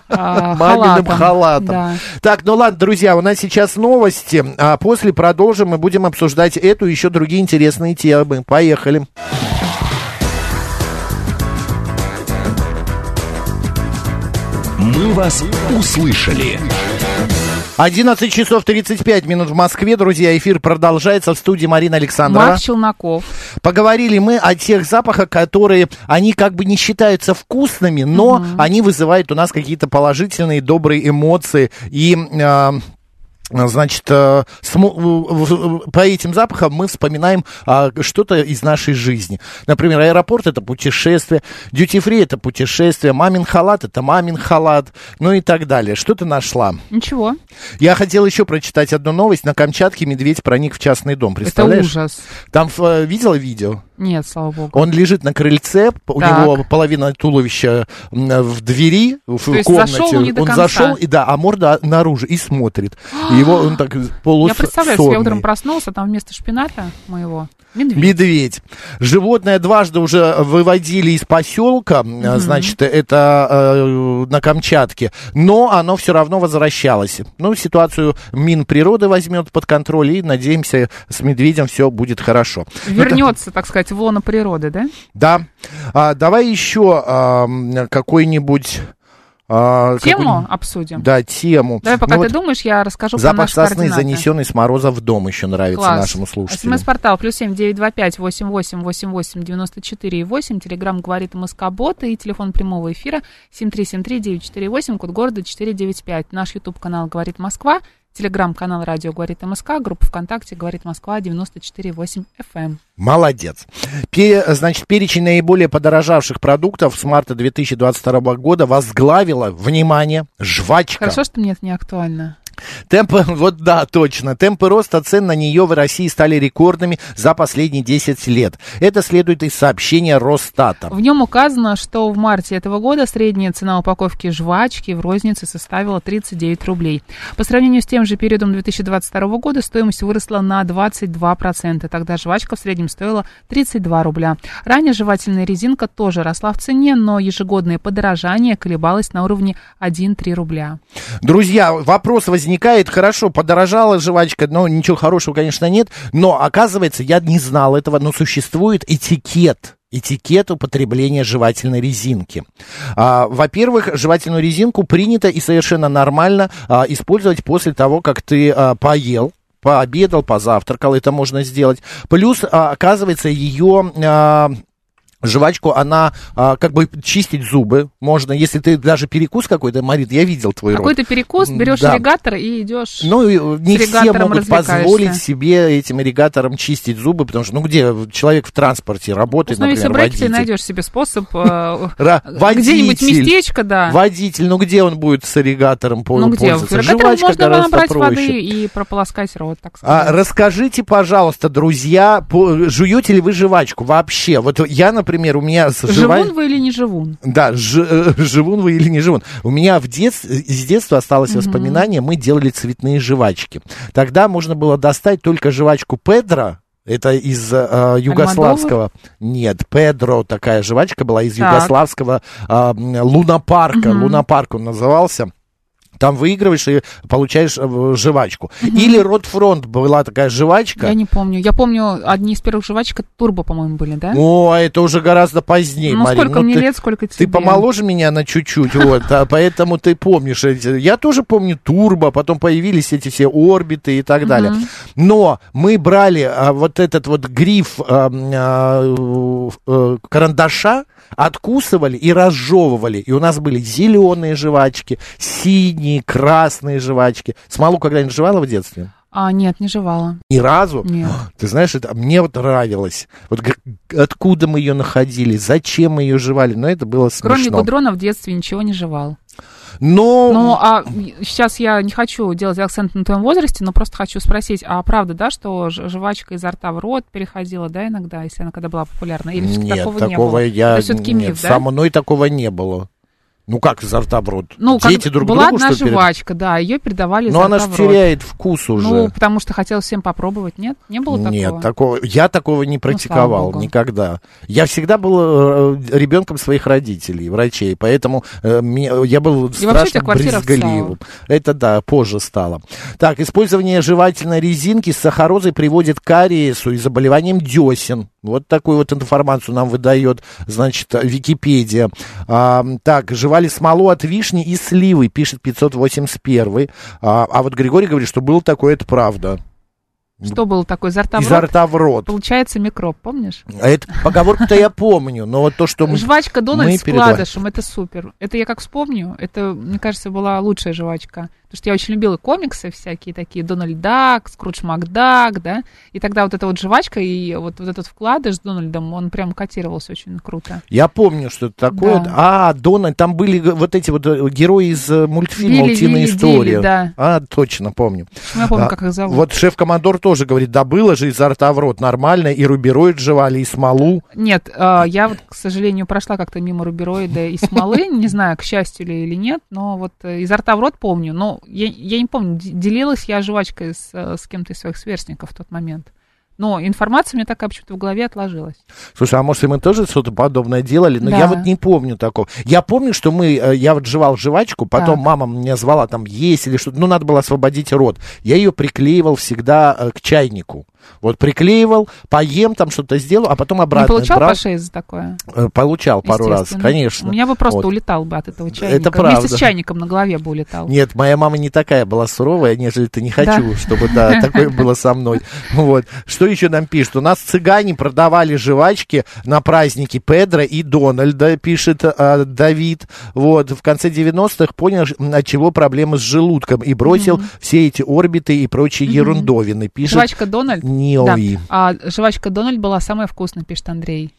S2: а,
S1: Маминым халатом.
S2: Да.
S1: Так, ну ладно, друзья, у нас сейчас новости, а после продолжим и будем обсуждать эту и еще другие интересные темы. Поехали.
S3: «Мы вас услышали».
S1: 11 часов 35 минут в Москве, друзья, эфир продолжается в студии Марина Александрова.
S2: Марк Челноков.
S1: Поговорили мы о тех запахах, которые, они как бы не считаются вкусными, но они вызывают у нас какие-то положительные, добрые эмоции и... э, Значит, э, сму- в- в- по этим запахам мы вспоминаем а, что-то из нашей жизни. Например, аэропорт это путешествие, дьюти-фри это путешествие, мамин халат это мамин халат, ну и так далее. Что ты нашла?
S2: Ничего.
S1: Я хотел еще прочитать одну новость. На Камчатке медведь проник в частный дом. Представляешь?
S2: ужас.
S1: Там э, видела видео?
S2: Нет, слава богу.
S1: Он лежит на крыльце, п- у
S2: Так.
S1: него половина туловища м, в двери, в
S2: То есть
S1: комнате.
S2: зашел, но не до
S1: он
S2: конца.
S1: зашел, и да, а морда наружу и смотрит. И его он так
S2: [GASPS]
S1: полусонный.
S2: Я представляю, если я утром проснулся, там вместо шпината моего медведь.
S1: Медведь. Животное дважды уже выводили из поселка, э, значит, это э, на Камчатке, но оно все равно возвращалось. Ну, ситуацию Минприроды возьмет под контроль, и, надеемся, с медведем все будет хорошо. Ну, так-
S2: Вернется, так сказать, в лоно природы, да?
S1: да. А, давай еще а, м, какой-нибудь... а,
S2: Тему
S1: какую-
S2: обсудим.
S1: Да, тему.
S2: Давай, пока
S1: Ну
S2: ты
S1: вот
S2: думаешь, я расскажу про
S1: Запах
S2: наши
S1: сосны,
S2: координаты.
S1: занесенный с мороза в дом, еще нравится
S2: Класс.
S1: нашему слушателю.
S2: СМС-портал плюс семь девять два пять восемь восемь восемь восемь девяносто четыре и восемь. Телеграмм говорит МСК Бота и телефон прямого эфира семь три семь три девять четыре восемь. Код города четыре девять пять. Наш YouTube канал говорит Москва. Телеграм-канал радио говорит МСК. Группа ВКонтакте говорит Москва девяносто четыре восемь эм. FM.
S1: Молодец. Пе- значит, перечень наиболее подорожавших продуктов с марта 2022 года возглавила, внимание, жвачка.
S2: Хорошо, что мне это не актуально.
S1: Темпы, [LAUGHS] вот да, точно. Темпы роста цен на нее в России стали рекордными за последние 10 лет. Это следует из сообщения Росстата.
S2: В нем указано, что в марте этого года средняя цена упаковки жвачки в рознице составила 39 рублей. По сравнению с тем же периодом 2022 года стоимость выросла на 22%. Тогда жвачка в среднем стоила 32 рубля. Ранее жевательная резинка тоже росла в цене, но ежегодное подорожание колебалось на уровне 1-3 рубля.
S1: Друзья, вопрос возникает, хорошо, подорожала жвачка, но ничего хорошего, конечно, нет, но оказывается, я не знал этого, но существует этикет этикет употребления жевательной резинки. А, во-первых, жевательную резинку принято и совершенно нормально а, использовать после того, как ты а, поел, пообедал, позавтракал, это можно сделать. Плюс, а, оказывается, ее... а, Жвачку, она а, как бы чистить зубы можно, если ты даже перекус какой-то, Марит, я видел твой рот.
S2: Какой-то перекус, берешь
S1: Да.
S2: ирригатор и идешь...
S1: Ну, и, э, не
S2: С
S1: все
S2: ирригатором
S1: могут
S2: развлекаешься.
S1: позволить себе этим ирригатором чистить зубы, потому что, ну, где человек в транспорте работает,
S2: Ну, если
S1: например,
S2: брать, ты
S1: водитель.
S2: найдешь себе способ
S1: [LAUGHS]
S2: э,
S1: Ра-
S2: где-нибудь
S1: водитель.
S2: местечко, да.
S1: Водитель, ну где он будет с ирригатором по-
S2: Ну где? В
S1: пользоваться?
S2: ирригаторе
S1: Жвачка
S2: можно
S1: гораздо
S2: набрать
S1: проще.
S2: воды и прополоскать рот, так сказать.
S1: А, расскажите, пожалуйста, друзья, по- жуете ли вы жвачку вообще? Вот я, например, у меня с жва-
S2: Живун вы или не живун?
S1: Да, ж- э, живун вы или не живун. У меня в детс- из детства осталось воспоминание, мы делали цветные жвачки. Тогда можно было достать только жвачку Педро, это из э, югославского. Нет, Педро такая жвачка была из
S2: Так.
S1: югославского э, м, лунопарка.
S2: Мгм.
S1: Лунопарк он назывался. Там выигрываешь и получаешь э, жвачку. Или Ротфронт была такая жвачка.
S2: Я не помню. Я помню, одни из первых жвачек это турбо, по-моему, были, да?
S1: О, это уже гораздо позднее,
S2: Ну,
S1: Марин.
S2: сколько мне
S1: ты-
S2: лет, сколько
S1: Ты
S2: тебе?
S1: помоложе меня на чуть-чуть, вот, а поэтому ты помнишь. эти- Я тоже помню Турбо, потом появились эти все орбиты и так далее. Но мы брали а, вот этот вот гриф а, м, а, э, карандаша, откусывали и разжевывали. И у нас были зеленые жвачки, синие, красные жвачки. Смолу когда-нибудь жевала в детстве?
S2: А, нет, не жевала.
S1: Ни разу?
S2: Нет.
S1: [GASPS] Ты знаешь, это мне вот нравилось. Вот г- откуда мы ее находили, зачем мы ее жевали, но это было смешно.
S2: Кроме гудрона в детстве ничего не жевал.
S1: Но...
S2: Ну, а сейчас я не хочу делать акцент на твоем возрасте, но просто хочу спросить, а правда, да, что ж- жвачка изо рта в рот переходила, да, иногда, если она когда была популярна? Или всё-таки
S1: нет,
S2: такого,
S1: такого,
S2: не было?
S1: я...
S2: Это все-таки
S1: нет,
S2: миф, да?
S1: со мной такого не было. Ну как изо рта в рот?
S2: Ну, как
S1: Дети друг
S2: была
S1: другу
S2: одна
S1: что перед-
S2: жвачка, да, ее передавали
S1: Но
S2: изо
S1: она
S2: рта
S1: же
S2: в рот.
S1: теряет вкус уже.
S2: Ну, потому что хотел всем попробовать, нет? Не было такого? Ну,
S1: Нет, такого я такого не практиковал
S2: богу.
S1: никогда. Я всегда был э, ребенком своих родителей, врачей, поэтому э, мне- я
S2: И вообще
S1: был
S2: у тебя
S1: страшно
S2: квартира
S1: брезгливым. Это да, позже стало. Так, использование жевательной резинки с сахарозой приводит к кариесу и заболеваниям десен. Вот такую вот информацию нам выдает, значит, Википедия. А, так, жевали смолу от вишни и сливы, пишет 581. А, а вот Григорий говорит, что было такое, это правда.
S2: Что было такое? Изо рта в
S1: Изо
S2: рот?
S1: рта в рот.
S2: Получается микроб, помнишь?
S1: А Это поговорку-то я помню, но вот то, что мы...
S2: Жвачка Дональд
S1: мы
S2: с
S1: передавали.
S2: вкладышем, это супер. Это я как вспомню, это, мне кажется, была лучшая жвачка. Потому что я очень любила комиксы всякие такие, Дональд Дак, Скрудж Макдак, да. И тогда вот эта вот жвачка и вот, вот этот вкладыш с Дональдом, он прям котировался очень круто.
S1: Я помню, что это такое.
S2: Да.
S1: А, Дональд, там были г- вот эти вот э, герои из э, мультфильма
S2: Билли,
S1: «Утиная
S2: Вилли,
S1: история».
S2: Дилли, да.
S1: А, точно, помню.
S2: Я помню,
S1: А,
S2: как их зовут.
S1: Вот шеф-командор тоже говорит, да было же изо рта в рот нормально, и рубероид жевали, и смолу.
S2: Нет, э, я вот, к сожалению, прошла как-то мимо рубероида и смолы, [LAUGHS] не знаю, к счастью ли или нет, но вот э, изо рта в рот помню, но я, я не помню, де- делилась я жвачкой с, э, с кем-то из своих сверстников в тот момент. Но информация у меня такая почему-то в голове отложилась.
S1: Слушай, а может, и мы тоже что-то подобное делали? Но
S2: Да.
S1: я вот не помню такого. Я помню, что мы, э, я вот жевал жвачку, потом
S2: Так.
S1: мама меня звала там есть или что-то, ну, надо было освободить рот. Я ее приклеивал всегда э, к чайнику. Вот приклеивал, поем там что-то сделал, а потом
S2: Не
S1: обратно
S2: получал
S1: брал.
S2: по шее за такое?
S1: Э, Получал пару раз,
S2: Естественно.
S1: конечно.
S2: У меня бы просто
S1: Вот.
S2: улетал бы от этого чайника. Вместе
S1: правда.
S2: с чайником на голове бы улетал.
S1: Нет, моя мама не такая была суровая, нежели ты не хочу,
S2: Да.
S1: чтобы
S2: [LAUGHS]
S1: да, такое было со мной. Вот. Что еще нам пишут? У нас цыгане продавали жвачки на праздники Педро и Дональда, пишет а, Давид. Вот. В конце 90-х понял, ж- м, от чего проблема с желудком и бросил все эти орбиты и прочие ерундовины, пишет
S2: Жвачка Дональд?
S1: Неои.
S2: Да. А жвачка Дональд была самая вкусная, пишет Андрей.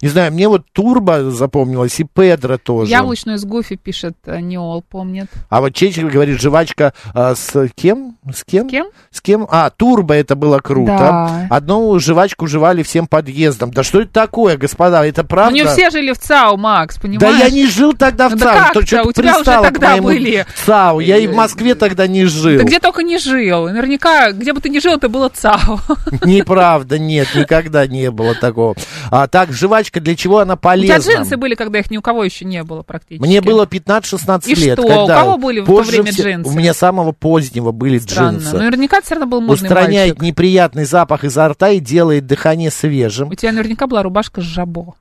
S1: Не знаю, мне вот Турбо запомнилось и Педро тоже.
S2: Яблочную с Гуфи, пишет э, Неол, помнит.
S1: А вот Чечель говорит, жвачка а, с кем? С кем?
S2: Кем?
S1: С кем? А, турбо это было круто.
S2: Да.
S1: Одну жвачку жевали всем подъездом. Да что это такое, господа? Это
S2: Ну,
S1: правда?
S2: не все жили в ЦАУ, Макс, понимаешь?
S1: Да я не жил тогда в
S2: Ну да
S1: ЦАУ.
S2: как
S1: То
S2: то?
S1: чё ты
S2: У тебя уже
S1: пристала к
S2: тогда
S1: моему
S2: были.
S1: ЦАУ. Я и в Москве тогда не жил.
S2: Ты где только не жил. Наверняка, где бы ты не жил, это было ЦАУ. [LAUGHS]
S1: Неправда, нет, никогда не было такого. А так, жвачка, для чего она
S2: У тебя
S1: полезна?
S2: джинсы были, когда их ни у кого еще не было практически.
S1: Мне было 15-16
S2: И
S1: лет.
S2: что, у
S1: когда
S2: кого были в то
S1: позже
S2: время
S1: все-
S2: джинсы?
S1: У меня самого позднего были
S2: Странно.
S1: джинсы.
S2: Ну, Наверняка ты все равно был модный
S1: устраняет
S2: мальчик.
S1: неприятный запах изо рта и делает дыхание свежим.
S2: У тебя наверняка была рубашка с жабо.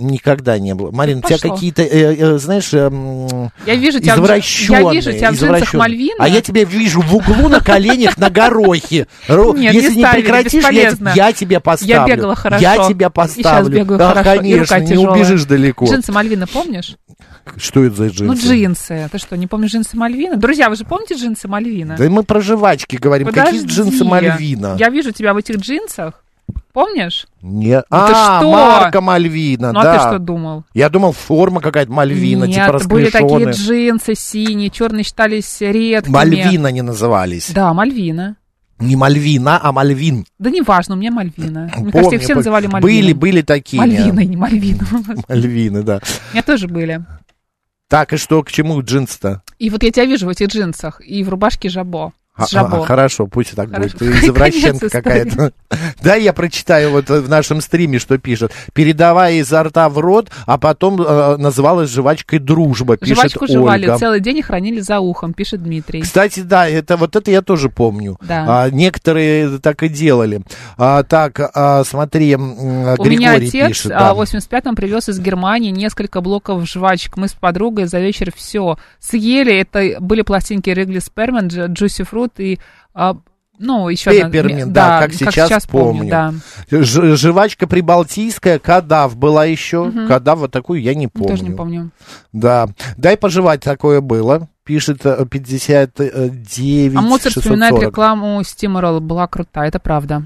S1: Никогда не было. Марин, у тебя
S2: пошло.
S1: какие-то, э, э, знаешь, эм,
S2: Я вижу тебя в джи-
S1: извращенные,
S2: я вижу тебя в джинсах
S1: извращенные.
S2: Мальвина.
S1: А я тебя вижу в углу на коленях на горохе. Ро-
S2: Нет, не
S1: Если не
S2: ставили,
S1: прекратишь, я
S2: бесполезно.
S1: те- я тебя поставлю.
S2: Я бегала хорошо.
S1: Я тебя
S2: И сейчас
S1: поставлю.
S2: бегаю
S1: Да,
S2: хорошо. и
S1: конечно,
S2: рука
S1: не
S2: тяжелая.
S1: убежишь далеко.
S2: Джинсы Мальвина помнишь?
S1: Что это за
S2: Ну,
S1: джинсы?
S2: джинсы. Ты что, не помнишь джинсы Мальвина? Друзья, вы же помните джинсы Мальвина?
S1: Да мы про жвачки говорим. Какие
S2: Подожди.
S1: джинсы Мальвина?
S2: Я вижу тебя в этих джинсах. Помнишь?
S1: Не...
S2: Ну ты
S1: А,
S2: что?
S1: марка Мальвина,
S2: Ну, а
S1: да.
S2: ты что думал?
S1: Я думал, форма какая-то Мальвина,
S2: Нет,
S1: типа
S2: были такие
S1: расклешенная.
S2: джинсы синие, черные считались редкими.
S1: Мальвина не назывались.
S2: Да, Мальвина.
S1: Не Мальвина, а Мальвин.
S2: Да неважно, у меня Мальвина. Мне кажется,
S1: Помню,
S2: их все
S1: помню.
S2: называли Мальвиной.
S1: Были, были такие.
S2: Мальвиной, не [LAUGHS] Мальвином.
S1: Мальвины, да.
S2: У меня тоже были.
S1: Так, и что, к чему джинсы-то?
S2: И вот я тебя вижу в этих джинсах и в рубашке жабо. С
S1: А, а,
S2: жабо.
S1: хорошо, пусть так
S2: Хорошо.
S1: будет. Ты извращенка
S2: Конец истории.
S1: какая-то. [LAUGHS] Да, я прочитаю вот э, в нашем стриме, что пишет. Передавая изо рта в рот, а потом э, называлась жвачкой дружба, пишет
S2: Жвачку
S1: Ольга.
S2: жевали, целый день и хранили за ухом, пишет Дмитрий.
S1: Кстати, да, это вот это я тоже помню.
S2: Да.
S1: А, некоторые так и делали. А, так, а, смотри, м,
S2: У
S1: Григорий
S2: меня отец
S1: пишет.
S2: а,
S1: да.
S2: в 85-м привез из Германии несколько блоков жвачек. Мы с подругой за вечер все съели. Это были пластинки Ригли Спермен, Джуси Фрут и... а, ну, еще... одна-
S1: Пепперминт, да, как сейчас помню.
S2: да.
S1: Ж- жвачка прибалтийская, кадав была еще. Кадав вот такую я не помню.
S2: Тоже не помню.
S1: Да. Дай пожевать, такое было. Пишет э, 59
S2: А Моцарт вспоминает
S1: 640.
S2: рекламу Стиморал, была крутая, это правда.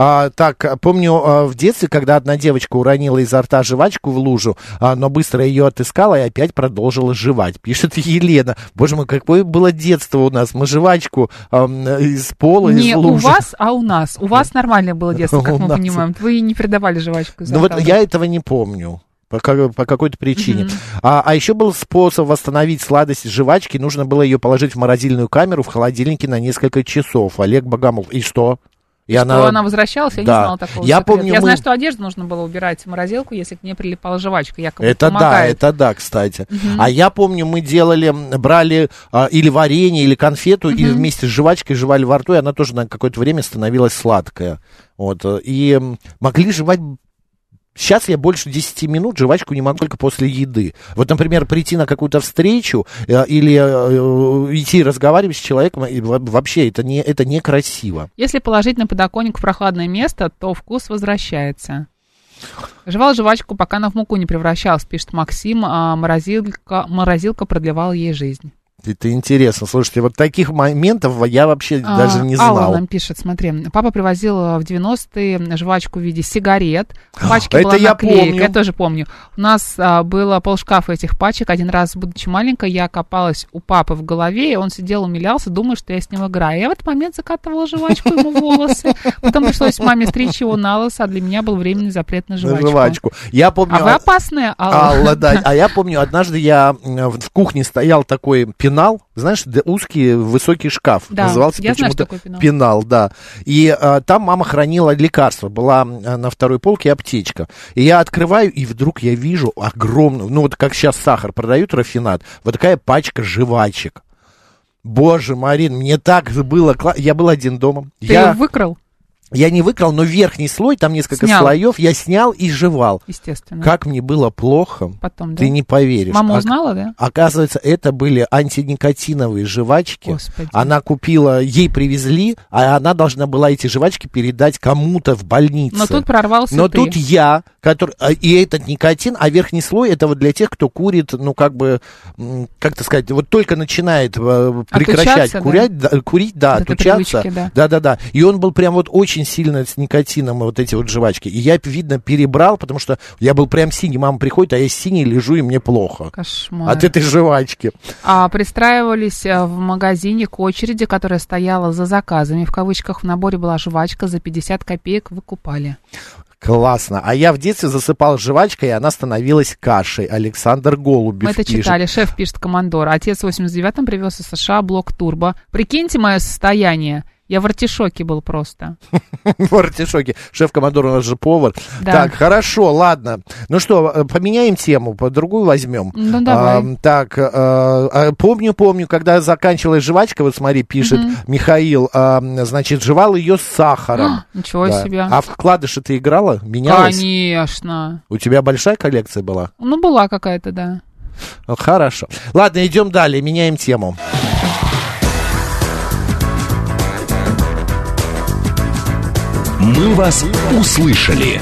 S1: А, так, а, помню а, в детстве, когда одна девочка уронила изо рта жвачку в лужу, а, но быстро ее отыскала и опять продолжила жевать. Пишет [LAUGHS] Елена. Боже мой, какое было детство у нас. Мы жвачку ам, из пола,
S2: не
S1: из
S2: у
S1: лужи.
S2: вас, а у нас. У вас нормальное было детство, как
S1: [LAUGHS] У
S2: мы
S1: нас.
S2: понимаем. Вы не передавали жвачку из
S1: Ну вот
S2: рта.
S1: я этого не помню. По, ка- по какой-то причине. А, а еще был способ восстановить сладость из жвачки. Нужно было ее положить в морозильную камеру в холодильнике на несколько часов. Олег Богомолов. И что? И
S2: Что она возвращалась, я
S1: Да.
S2: не знала такого.
S1: Я
S2: секрета.
S1: помню,
S2: я
S1: мы-
S2: знаю, что одежду нужно было убирать в морозилку, если к ней прилипала жвачка, якобы
S1: Это да,
S2: помогает.
S1: это да, кстати. А я помню, мы делали, м, брали а, или варенье, или конфету, и вместе с жвачкой жевали во рту, и она тоже на какое-то время становилась сладкая. Вот. э, И м, могли жевать... Сейчас я больше 10 минут жвачку не могу только после еды. Вот, например, прийти на какую-то встречу э, или э, идти разговаривать с человеком, и во- вообще это, не, это некрасиво.
S2: Если положить на подоконник в прохладное место, то вкус возвращается. Жевал жвачку, пока она в муку не превращалась, пишет Максим, а морозилка, морозилка продлевала ей жизнь.
S1: Это интересно. Слушайте, вот таких моментов я вообще
S2: А,
S1: даже не знал.
S2: Алла нам пишет, смотри, папа привозил э, в 90-е жвачку в виде сигарет, в пачке
S1: А, это
S2: была
S1: я
S2: наклейка,
S1: помню.
S2: я тоже помню. У нас а, было полшкафа этих пачек, один раз, будучи маленькой, я копалась у папы в голове, и он сидел, умилялся, думая, что я с ним играю. А Я в этот момент закатывала жвачку ему в волосы, потом пришлось маме стричь его на лысо, а для меня был временный запрет на
S1: На
S2: жвачку.
S1: жвачку. Я помню...
S2: А вы опасная, Алла.
S1: Алла, да. А я помню, однажды я м, в в кухне стоял такой пенал, знаешь, д- узкий высокий шкаф.
S2: Да,
S1: назывался
S2: я знаю,
S1: почему-то
S2: что такое пенал.
S1: да. И а, там мама хранила лекарства. Была а, на второй полке аптечка. И я открываю, и вдруг я вижу огромную, ну вот как сейчас сахар продают, рафинат, вот такая пачка жвачек. Боже, Марин, мне так было кла- Я был один дома.
S2: [LAUGHS] Ты
S1: я...
S2: ее выкрал,
S1: Я не выкрал, но верхний слой, там несколько
S2: Снял.
S1: слоев, я снял и жевал.
S2: естественно.
S1: Как мне было плохо,
S2: Потом, да?
S1: ты не А поверишь.
S2: Мама
S1: Ок-
S2: узнала, да?
S1: Оказывается, это были антиникотиновые жвачки.
S2: Господи.
S1: Она купила, ей привезли, а она должна была эти жвачки передать кому-то в больнице.
S2: Но тут прорвался
S1: Но
S2: ты.
S1: тут я, который, а, и этот никотин, а верхний слой это вот для тех, кто курит, ну как бы, м, как то сказать, вот только начинает э, прекращать
S2: Отучаться, да?
S1: курять, да, курить, да,
S2: От этой
S1: отучаться,
S2: привычки, да.
S1: да, да, да. И он был прям вот очень сильно с никотином вот эти вот жвачки. И я видно перебрал, потому что я был прям синий, мама приходит, а я синий лежу и мне плохо
S2: Кошмар.
S1: от этой жвачки.
S2: А, пристраивались э, в магазине к очереди, которая стояла за заказами. В кавычках в наборе была жвачка, за 50 копеек выкупали.
S1: Классно. А я в детстве засыпал жвачкой, и она становилась кашей. Александр Голубев
S2: Мы это
S1: пишет.
S2: читали. Шеф пишет командор. Отец в 89-м привез из США блок турбо. Прикиньте мое состояние. Я в артишоке был просто.
S1: [LAUGHS] В артишоке. Шеф-командор у нас же повар.
S2: Да.
S1: Так, хорошо, ладно. Ну что, э, поменяем тему, по другую возьмем.
S2: Ну, давай.
S1: А, так, э, а, помню, помню, когда заканчивалась жвачка, вот смотри, пишет
S2: Мгм.
S1: Михаил, а, значит, жевал ее с сахаром.
S2: [GASPS] Ничего
S1: Да.
S2: себе.
S1: А вкладыши ты играла? Менялась?
S2: Конечно.
S1: У тебя большая коллекция была?
S2: Ну, была какая-то, да.
S1: Хорошо. Ладно, идем далее, меняем тему.
S3: «Мы вас услышали».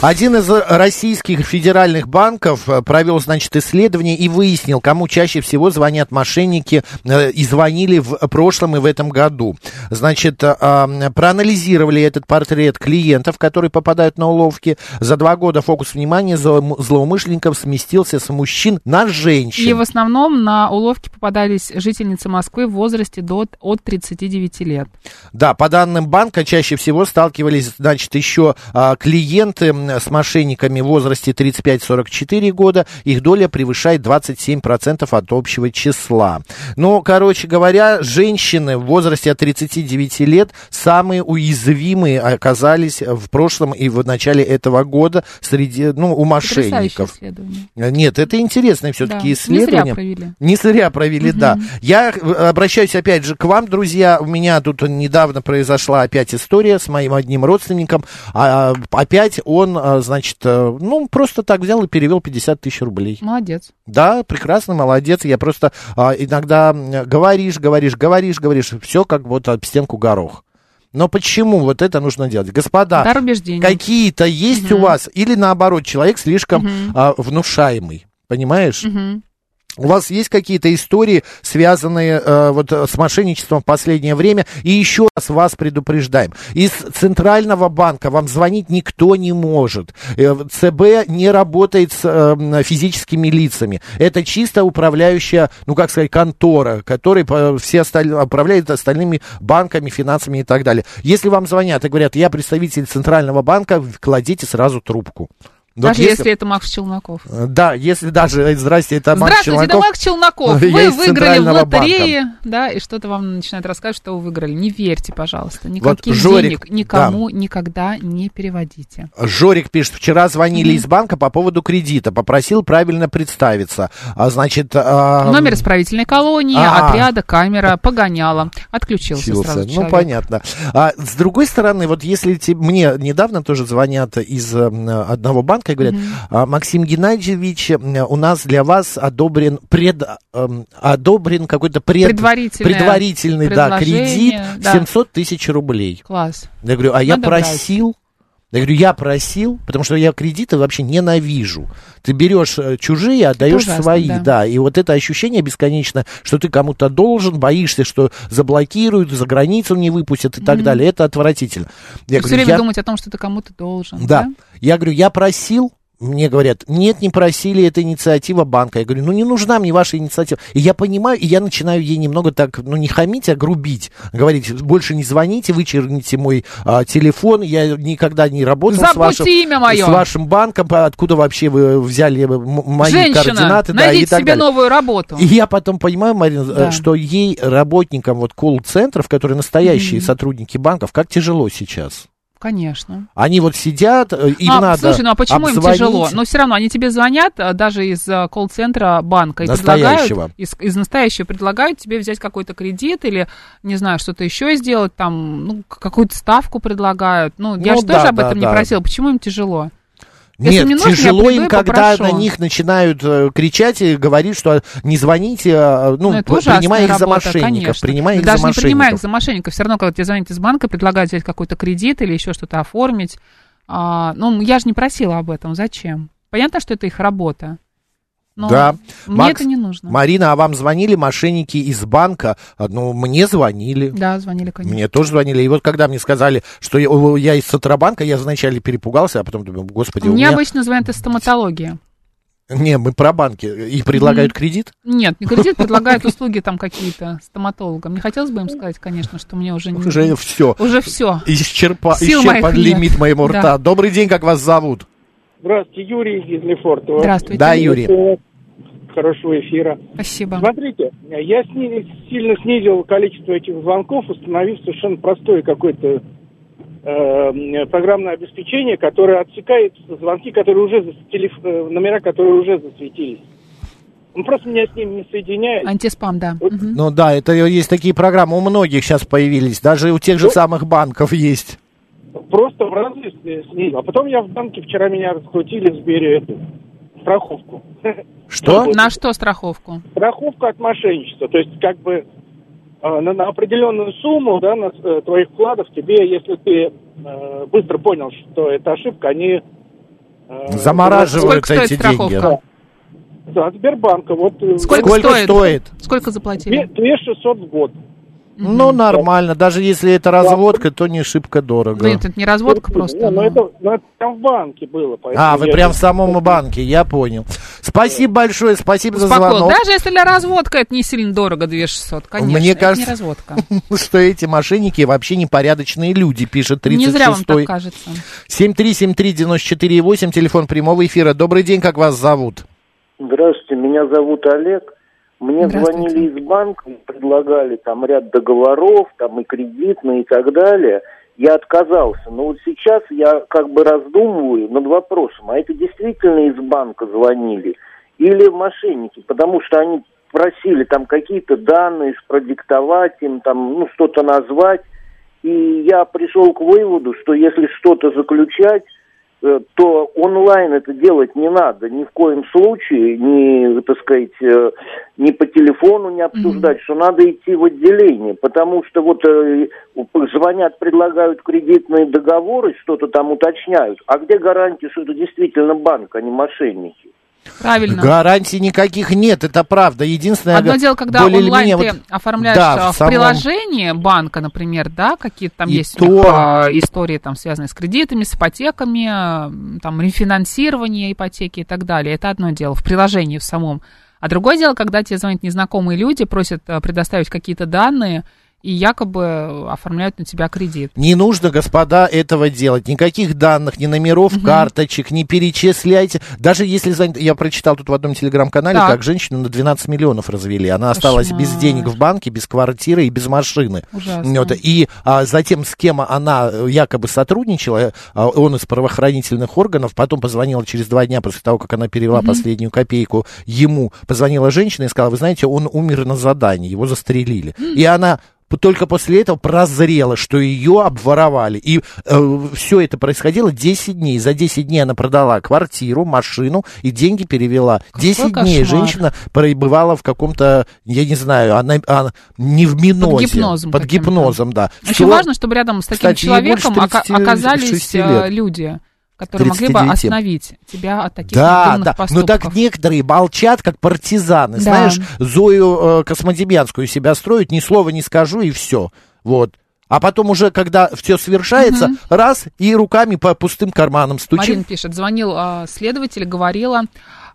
S1: Один из российских федеральных банков э, провел, значит, исследование и выяснил, кому чаще всего звонят мошенники э, и звонили в прошлом и в этом году. Значит, э, э, проанализировали этот портрет клиентов, которые попадают на уловки. За два года фокус внимания злоум- злоумышленников сместился с мужчин на женщин.
S2: И в основном на уловки попадались жительницы Москвы в возрасте до, от 39 лет.
S1: Да, по данным банка, чаще всего сталкивались, значит, еще а, клиенты м, с мошенниками в возрасте 35-44 года. Их доля превышает 27% от общего числа. Ну, короче говоря, женщины в возрасте от 39 лет самые уязвимые оказались в прошлом и в начале этого года среди, ну, у
S2: Потрясающее
S1: мошенников.
S2: исследование.
S1: Нет, это интересное
S2: Да,
S1: все-таки
S2: не зря
S1: исследование.
S2: провели.
S1: Не зря провели, да. Я э, обращаюсь опять же к вам, друзья. У меня тут недавно произошла опять история с моим одним родственником. А, опять он, а, значит, э, ну, просто так взял и перевел 50 тысяч рублей.
S2: Молодец.
S1: Да, прекрасно, молодец. Я просто а, иногда м, говоришь, говоришь, говоришь, говоришь. Все как вот об стенку горох. Но почему вот это нужно делать? Господа,
S2: Дар убеждений.
S1: какие-то есть у вас, или наоборот, человек слишком а, внушаемый, понимаешь?
S2: Мгм.
S1: У вас есть какие-то истории, связанные э, вот э, с мошенничеством в последнее время? И еще раз вас предупреждаем. Из Центрального банка вам звонить никто не может. Э, в ЦБ не работает с э, м, физическими лицами. Это чисто управляющая, ну как сказать, контора, которая по- все остальные, управляет остальными банками, финансами и так далее. Если вам звонят и говорят, я представитель Центрального банка, кладите сразу трубку. Вот
S2: Даже если... это Макс Челноков.
S1: Э, Да, если даже, э, здрасте, это Макс
S2: Здравствуйте, это
S1: Челноков.
S2: Макс Челноков. Вы
S1: Я из
S2: выиграли в
S1: Центрального
S2: лотерее, да, и что-то вам начинает рассказывать, что вы выиграли. Не верьте, пожалуйста, никаких
S1: Жорик,
S2: денег никому никогда не переводите.
S1: Жорик пишет, вчера звонили из банка по поводу кредита, попросил правильно представиться. А, значит... а,
S2: Номер исправительной колонии,
S1: а.
S2: отряда, камера, погоняла. Отключился
S1: Учился.
S2: сразу
S1: Ну,
S2: человек.
S1: понятно. А с другой стороны, вот если те- мне недавно тоже звонят из э, м, одного банка и говорят,
S2: Мгм.
S1: «А, Максим Геннадьевич, м, у нас для вас одобрен, пред, эм, одобрен какой-то пред-
S2: Предварительное
S1: предварительный да,
S2: предложение,
S1: кредит в
S2: да.
S1: 700 тысяч рублей.
S2: Класс.
S1: Я говорю, а я
S2: Надо брать.
S1: просил Я говорю, я просил, потому что я кредиты вообще ненавижу. Ты берешь э, чужие, отдаешь
S2: ужасно,
S1: свои,
S2: да.
S1: да. И вот это ощущение бесконечно, что ты кому-то должен, боишься, что заблокируют, за границу не выпустят и так
S2: Мгм.
S1: далее. Это отвратительно.
S2: все
S1: Я говорю,
S2: время
S1: я-
S2: думать о том, что ты кому-то должен.
S1: да. Я говорю, я просил. Мне говорят, нет, не просили, это инициатива банка. Я говорю, ну не нужна мне ваша инициатива. И я понимаю, и я начинаю ей немного так, ну не хамить, а грубить. Говорить, больше не звоните, вычеркните мой а, телефон, я никогда не работал с
S2: Забудьте
S1: вашим,
S2: имя мое.
S1: с вашем банком, а откуда вообще вы взяли э, м- мои
S2: Женщина,
S1: координаты. да,
S2: найдите
S1: и так
S2: себе
S1: далее.
S2: новую работу.
S1: И я потом понимаю, Марина, э,
S2: Да.
S1: что ей, работникам вот колл-центров, которые настоящие сотрудники банков, как тяжело сейчас.
S2: Конечно.
S1: Они вот сидят, э, им
S2: А,
S1: надо
S2: Слушай, ну а почему им
S1: обзвонить.
S2: тяжело? Ну, Но все равно они тебе звонят а, даже из а, колл-центра банка. И
S1: Настоящего.
S2: Предлагают, из, из настоящего предлагают тебе взять какой-то кредит или, не знаю, что-то еще сделать, там, ну, к- какую-то ставку предлагают. Ну, я
S1: Ну,
S2: же
S1: да,
S2: тоже об
S1: да,
S2: этом
S1: да.
S2: не просила. Почему им тяжело? Если
S1: Нет,
S2: мне нужно, я
S1: тяжело
S2: приду и
S1: им, когда
S2: попрошу.
S1: на них начинают э, кричать и говорить, что не звоните, а, ну,
S2: Ну, это ужасная
S1: принимая их за
S2: работа,
S1: мошенников,
S2: конечно.
S1: принимая
S2: Да
S1: их
S2: даже
S1: за
S2: не принимая их
S1: мошенников.
S2: за мошенников. Все равно, когда тебе звонят из банка, предлагают взять какой-то кредит или еще что-то оформить. А, ну, я же не просила об этом. Зачем? Понятно, что это их работа. Но
S1: Да.
S2: Мне
S1: Макс,
S2: это не нужно.
S1: Марина, а вам звонили мошенники из банка? А, Ну, мне звонили.
S2: Да, звонили, конечно.
S1: Мне тоже звонили. И вот когда мне сказали, что я, о, я из Центробанка, я вначале перепугался, а потом думаю, господи, у
S2: Мне
S1: меня...
S2: обычно звонят из стоматологии.
S1: Не, мы про банки. И предлагают кредит?
S2: Нет, не кредит, предлагают услуги там какие-то стоматологам. Не хотелось бы им сказать, конечно, что мне уже... не-
S1: Уже все.
S2: Уже все.
S1: Исчерпа...
S2: Сил моих
S1: Исчерпан
S2: нет.
S1: лимит моего
S2: Да.
S1: рта. Добрый день, как вас зовут?
S8: Здравствуйте, Юрий из Лефортова.
S1: Здравствуйте. Да, Юрий.
S8: Хорошего эфира.
S2: Спасибо.
S8: Смотрите, я сни- сильно снизил количество этих звонков, установив совершенно простое какое-то э, м, программное обеспечение, которое отсекает звонки, которые уже зас- телеф- э, номера, которые уже засветились. Ну, просто меня с ними не соединяет.
S2: А Антиспам, да. Мгм.
S1: Ну да, это есть такие программы, у многих сейчас появились, даже у тех же самых банков есть.
S8: Просто в разы с- снизил. А потом я в банке вчера меня раскрутили в Сбере эту страховку.
S1: Что?
S2: На что страховку?
S8: страховка от мошенничества. То есть, как бы э, на, на определенную сумму да, на, с- э, твоих вкладов тебе, если ты э, быстро понял, что это ошибка, они... э,
S1: Замораживают
S2: Сколько стоит
S1: эти
S2: страховка?
S1: деньги.
S8: Да, от Сбербанка. Вот, э,
S2: Сколько,
S1: Сколько
S2: стоит?
S1: стоит?
S2: Сколько
S8: две-
S2: заплатили?
S8: 2600 в год.
S1: Ну нормально, даже если это разводка, то не шибко дорого.
S2: Ну, это не разводка просто.
S8: Не, ну,
S2: но-
S8: это, ну, это там в банке было. поэтому
S1: А, вы
S8: я-
S1: прям в самом банке, я понял. Спасибо большое, спасибо за
S2: Успокоил.
S1: звонок.
S2: Даже если для разводка это не сильно дорого, 2600, конечно.
S1: Мне
S2: это
S1: кажется-
S2: не разводка.
S1: [LAUGHS] Что эти мошенники вообще непорядочные люди, пишет
S2: Не зря вам так
S1: 36-й.
S2: кажется.
S1: 7373948, телефон прямого эфира. Добрый день, как вас зовут?
S9: Здравствуйте, меня зовут Олег. Мне
S2: Здравствуйте.
S9: звонили из банка, и предлагали там ряд договоров, там и кредитные и так далее. Я отказался. Но вот сейчас я как бы раздумываю над вопросом, а это действительно из банка звонили или мошенники, потому что они просили там какие-то данные продиктовать им, там, ну, что-то назвать. И я пришел к выводу, что если что-то заключать, э, то онлайн это делать не надо ни в коем случае, ни, так сказать, э, ни по телефону не обсуждать, что надо идти в отделение, потому что вот э, звонят, предлагают кредитные договоры, что-то там уточняют, а где гарантия, что это действительно банк, а не мошенники?
S2: Правильно.
S1: Гарантий никаких нет, это правда. Единственное,
S2: Одно дело, когда
S1: более или
S2: онлайн
S1: менее
S2: ты
S1: вот-
S2: оформляешь
S1: Да,
S2: а,
S1: в
S2: в,
S1: самом-
S2: приложении банка, например, да, какие-то там
S1: И
S2: есть у
S1: то-
S2: них, а, истории, там, связанные с кредитами, с ипотеками, а, там, рефинансирование ипотеки и так далее. Это одно дело в приложении в самом. А другое дело, когда тебе звонят незнакомые люди, просят а, предоставить какие-то данные и якобы оформляют на тебя кредит.
S1: Не нужно, господа, этого делать. Никаких данных, ни номеров, карточек, не перечисляйте. Даже если занят- я прочитал тут в одном телеграм-канале,
S2: Так.
S1: как женщину на 12 миллионов развели. Она осталась без
S2: Кошмар.
S1: денег в банке, без квартиры и без машины.
S2: Ужасно.
S1: Вот. И а, затем, с кем она э, якобы сотрудничала, а, он из правоохранительных органов, потом позвонила через два дня после того, как она перевела
S2: Мгм.
S1: последнюю копейку ему, позвонила женщина и сказала, вы знаете, он умер на задании, его застрелили. И она только после этого прозрела, что ее обворовали. И э, все это происходило 10 дней. За 10 дней она продала квартиру, машину и деньги перевела. 10 дней
S2: кошмар.
S1: женщина пребывала в каком-то, я не знаю, она, она не в минозе.
S2: гипнозом
S1: Под гипнозом, да.
S2: Очень
S1: Всё-
S2: важно, чтобы рядом с таким
S1: Кстати, ей
S2: человеком
S1: больше
S2: ока-
S1: 36
S2: оказались э,
S1: лет.
S2: люди, которые могли бы
S1: 39.
S2: остановить тебя от таких
S1: Да,
S2: негативных
S1: да. Но
S2: поступков.
S1: так некоторые молчат, как партизаны.
S2: Да.
S1: Знаешь, Зою э, Космодемьянскую себя строят, ни слова не скажу, и все. Вот. А потом уже, когда все совершается,
S2: Мгм.
S1: раз, и руками по пустым карманам стучит.
S2: Марина пишет, звонил а, следователь, говорила,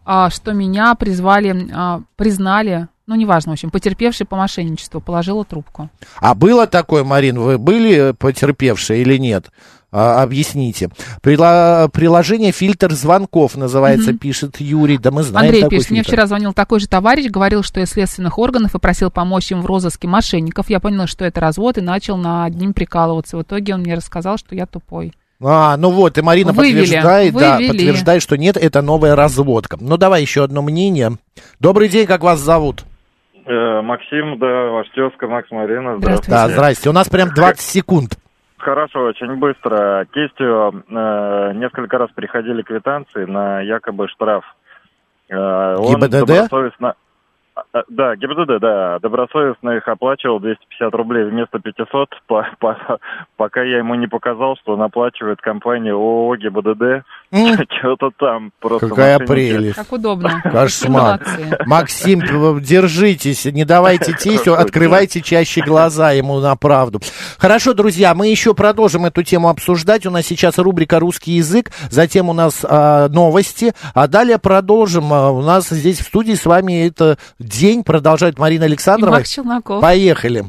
S2: а, что меня призвали, а, признали, ну, неважно, в общем, потерпевший по мошенничеству, положила трубку.
S1: А было такое, Марин, вы были потерпевшие или нет? А, объясните. Прила- Приложение «Фильтр звонков» называется,
S2: Мгм.
S1: пишет Юрий. Да мы знаем
S2: Андрей
S1: такой
S2: пишет, мне
S1: фильтр.
S2: вчера звонил такой же товарищ, говорил, что из следственных органов и просил помочь им в розыске мошенников. Я поняла, что это развод, и начал над ним прикалываться. В итоге он мне рассказал, что я тупой.
S1: А, ну вот, и Марина
S2: Вывели,
S1: подтверждает, да,
S2: вывели.
S1: подтверждает, что нет, это новая разводка. Ну, давай еще одно мнение. Добрый день, как вас зовут?
S10: Э, Максим, да, ваш тезка, Макс Марина.
S1: Да, здрасте. У нас прям 20 секунд.
S10: Хорошо, очень быстро. Кистью э, несколько раз приходили квитанции на якобы штраф. Э, он
S1: ГИБДД?
S10: добросовестно... А, а, Да, ГИБДД, да, добросовестно их оплачивал 250 рублей вместо 500, [LAUGHS] по- по- пока я ему не показал, что он оплачивает компания ООО ГИБДД, что-то там просто...
S1: Какая
S10: мошенники.
S1: прелесть.
S2: Как удобно.
S1: Кошмар.
S2: Какие молодцы.
S1: Максим, э, держитесь, не давайте тестю, открывайте чаще глаза ему на правду. Хорошо, друзья, мы еще продолжим эту тему обсуждать. У нас сейчас рубрика «Русский язык», затем у нас а, новости, а далее продолжим. А, У нас здесь в студии с вами это день продолжает Марина
S2: И
S1: Александрова.
S2: Марк Челноков.
S1: Поехали.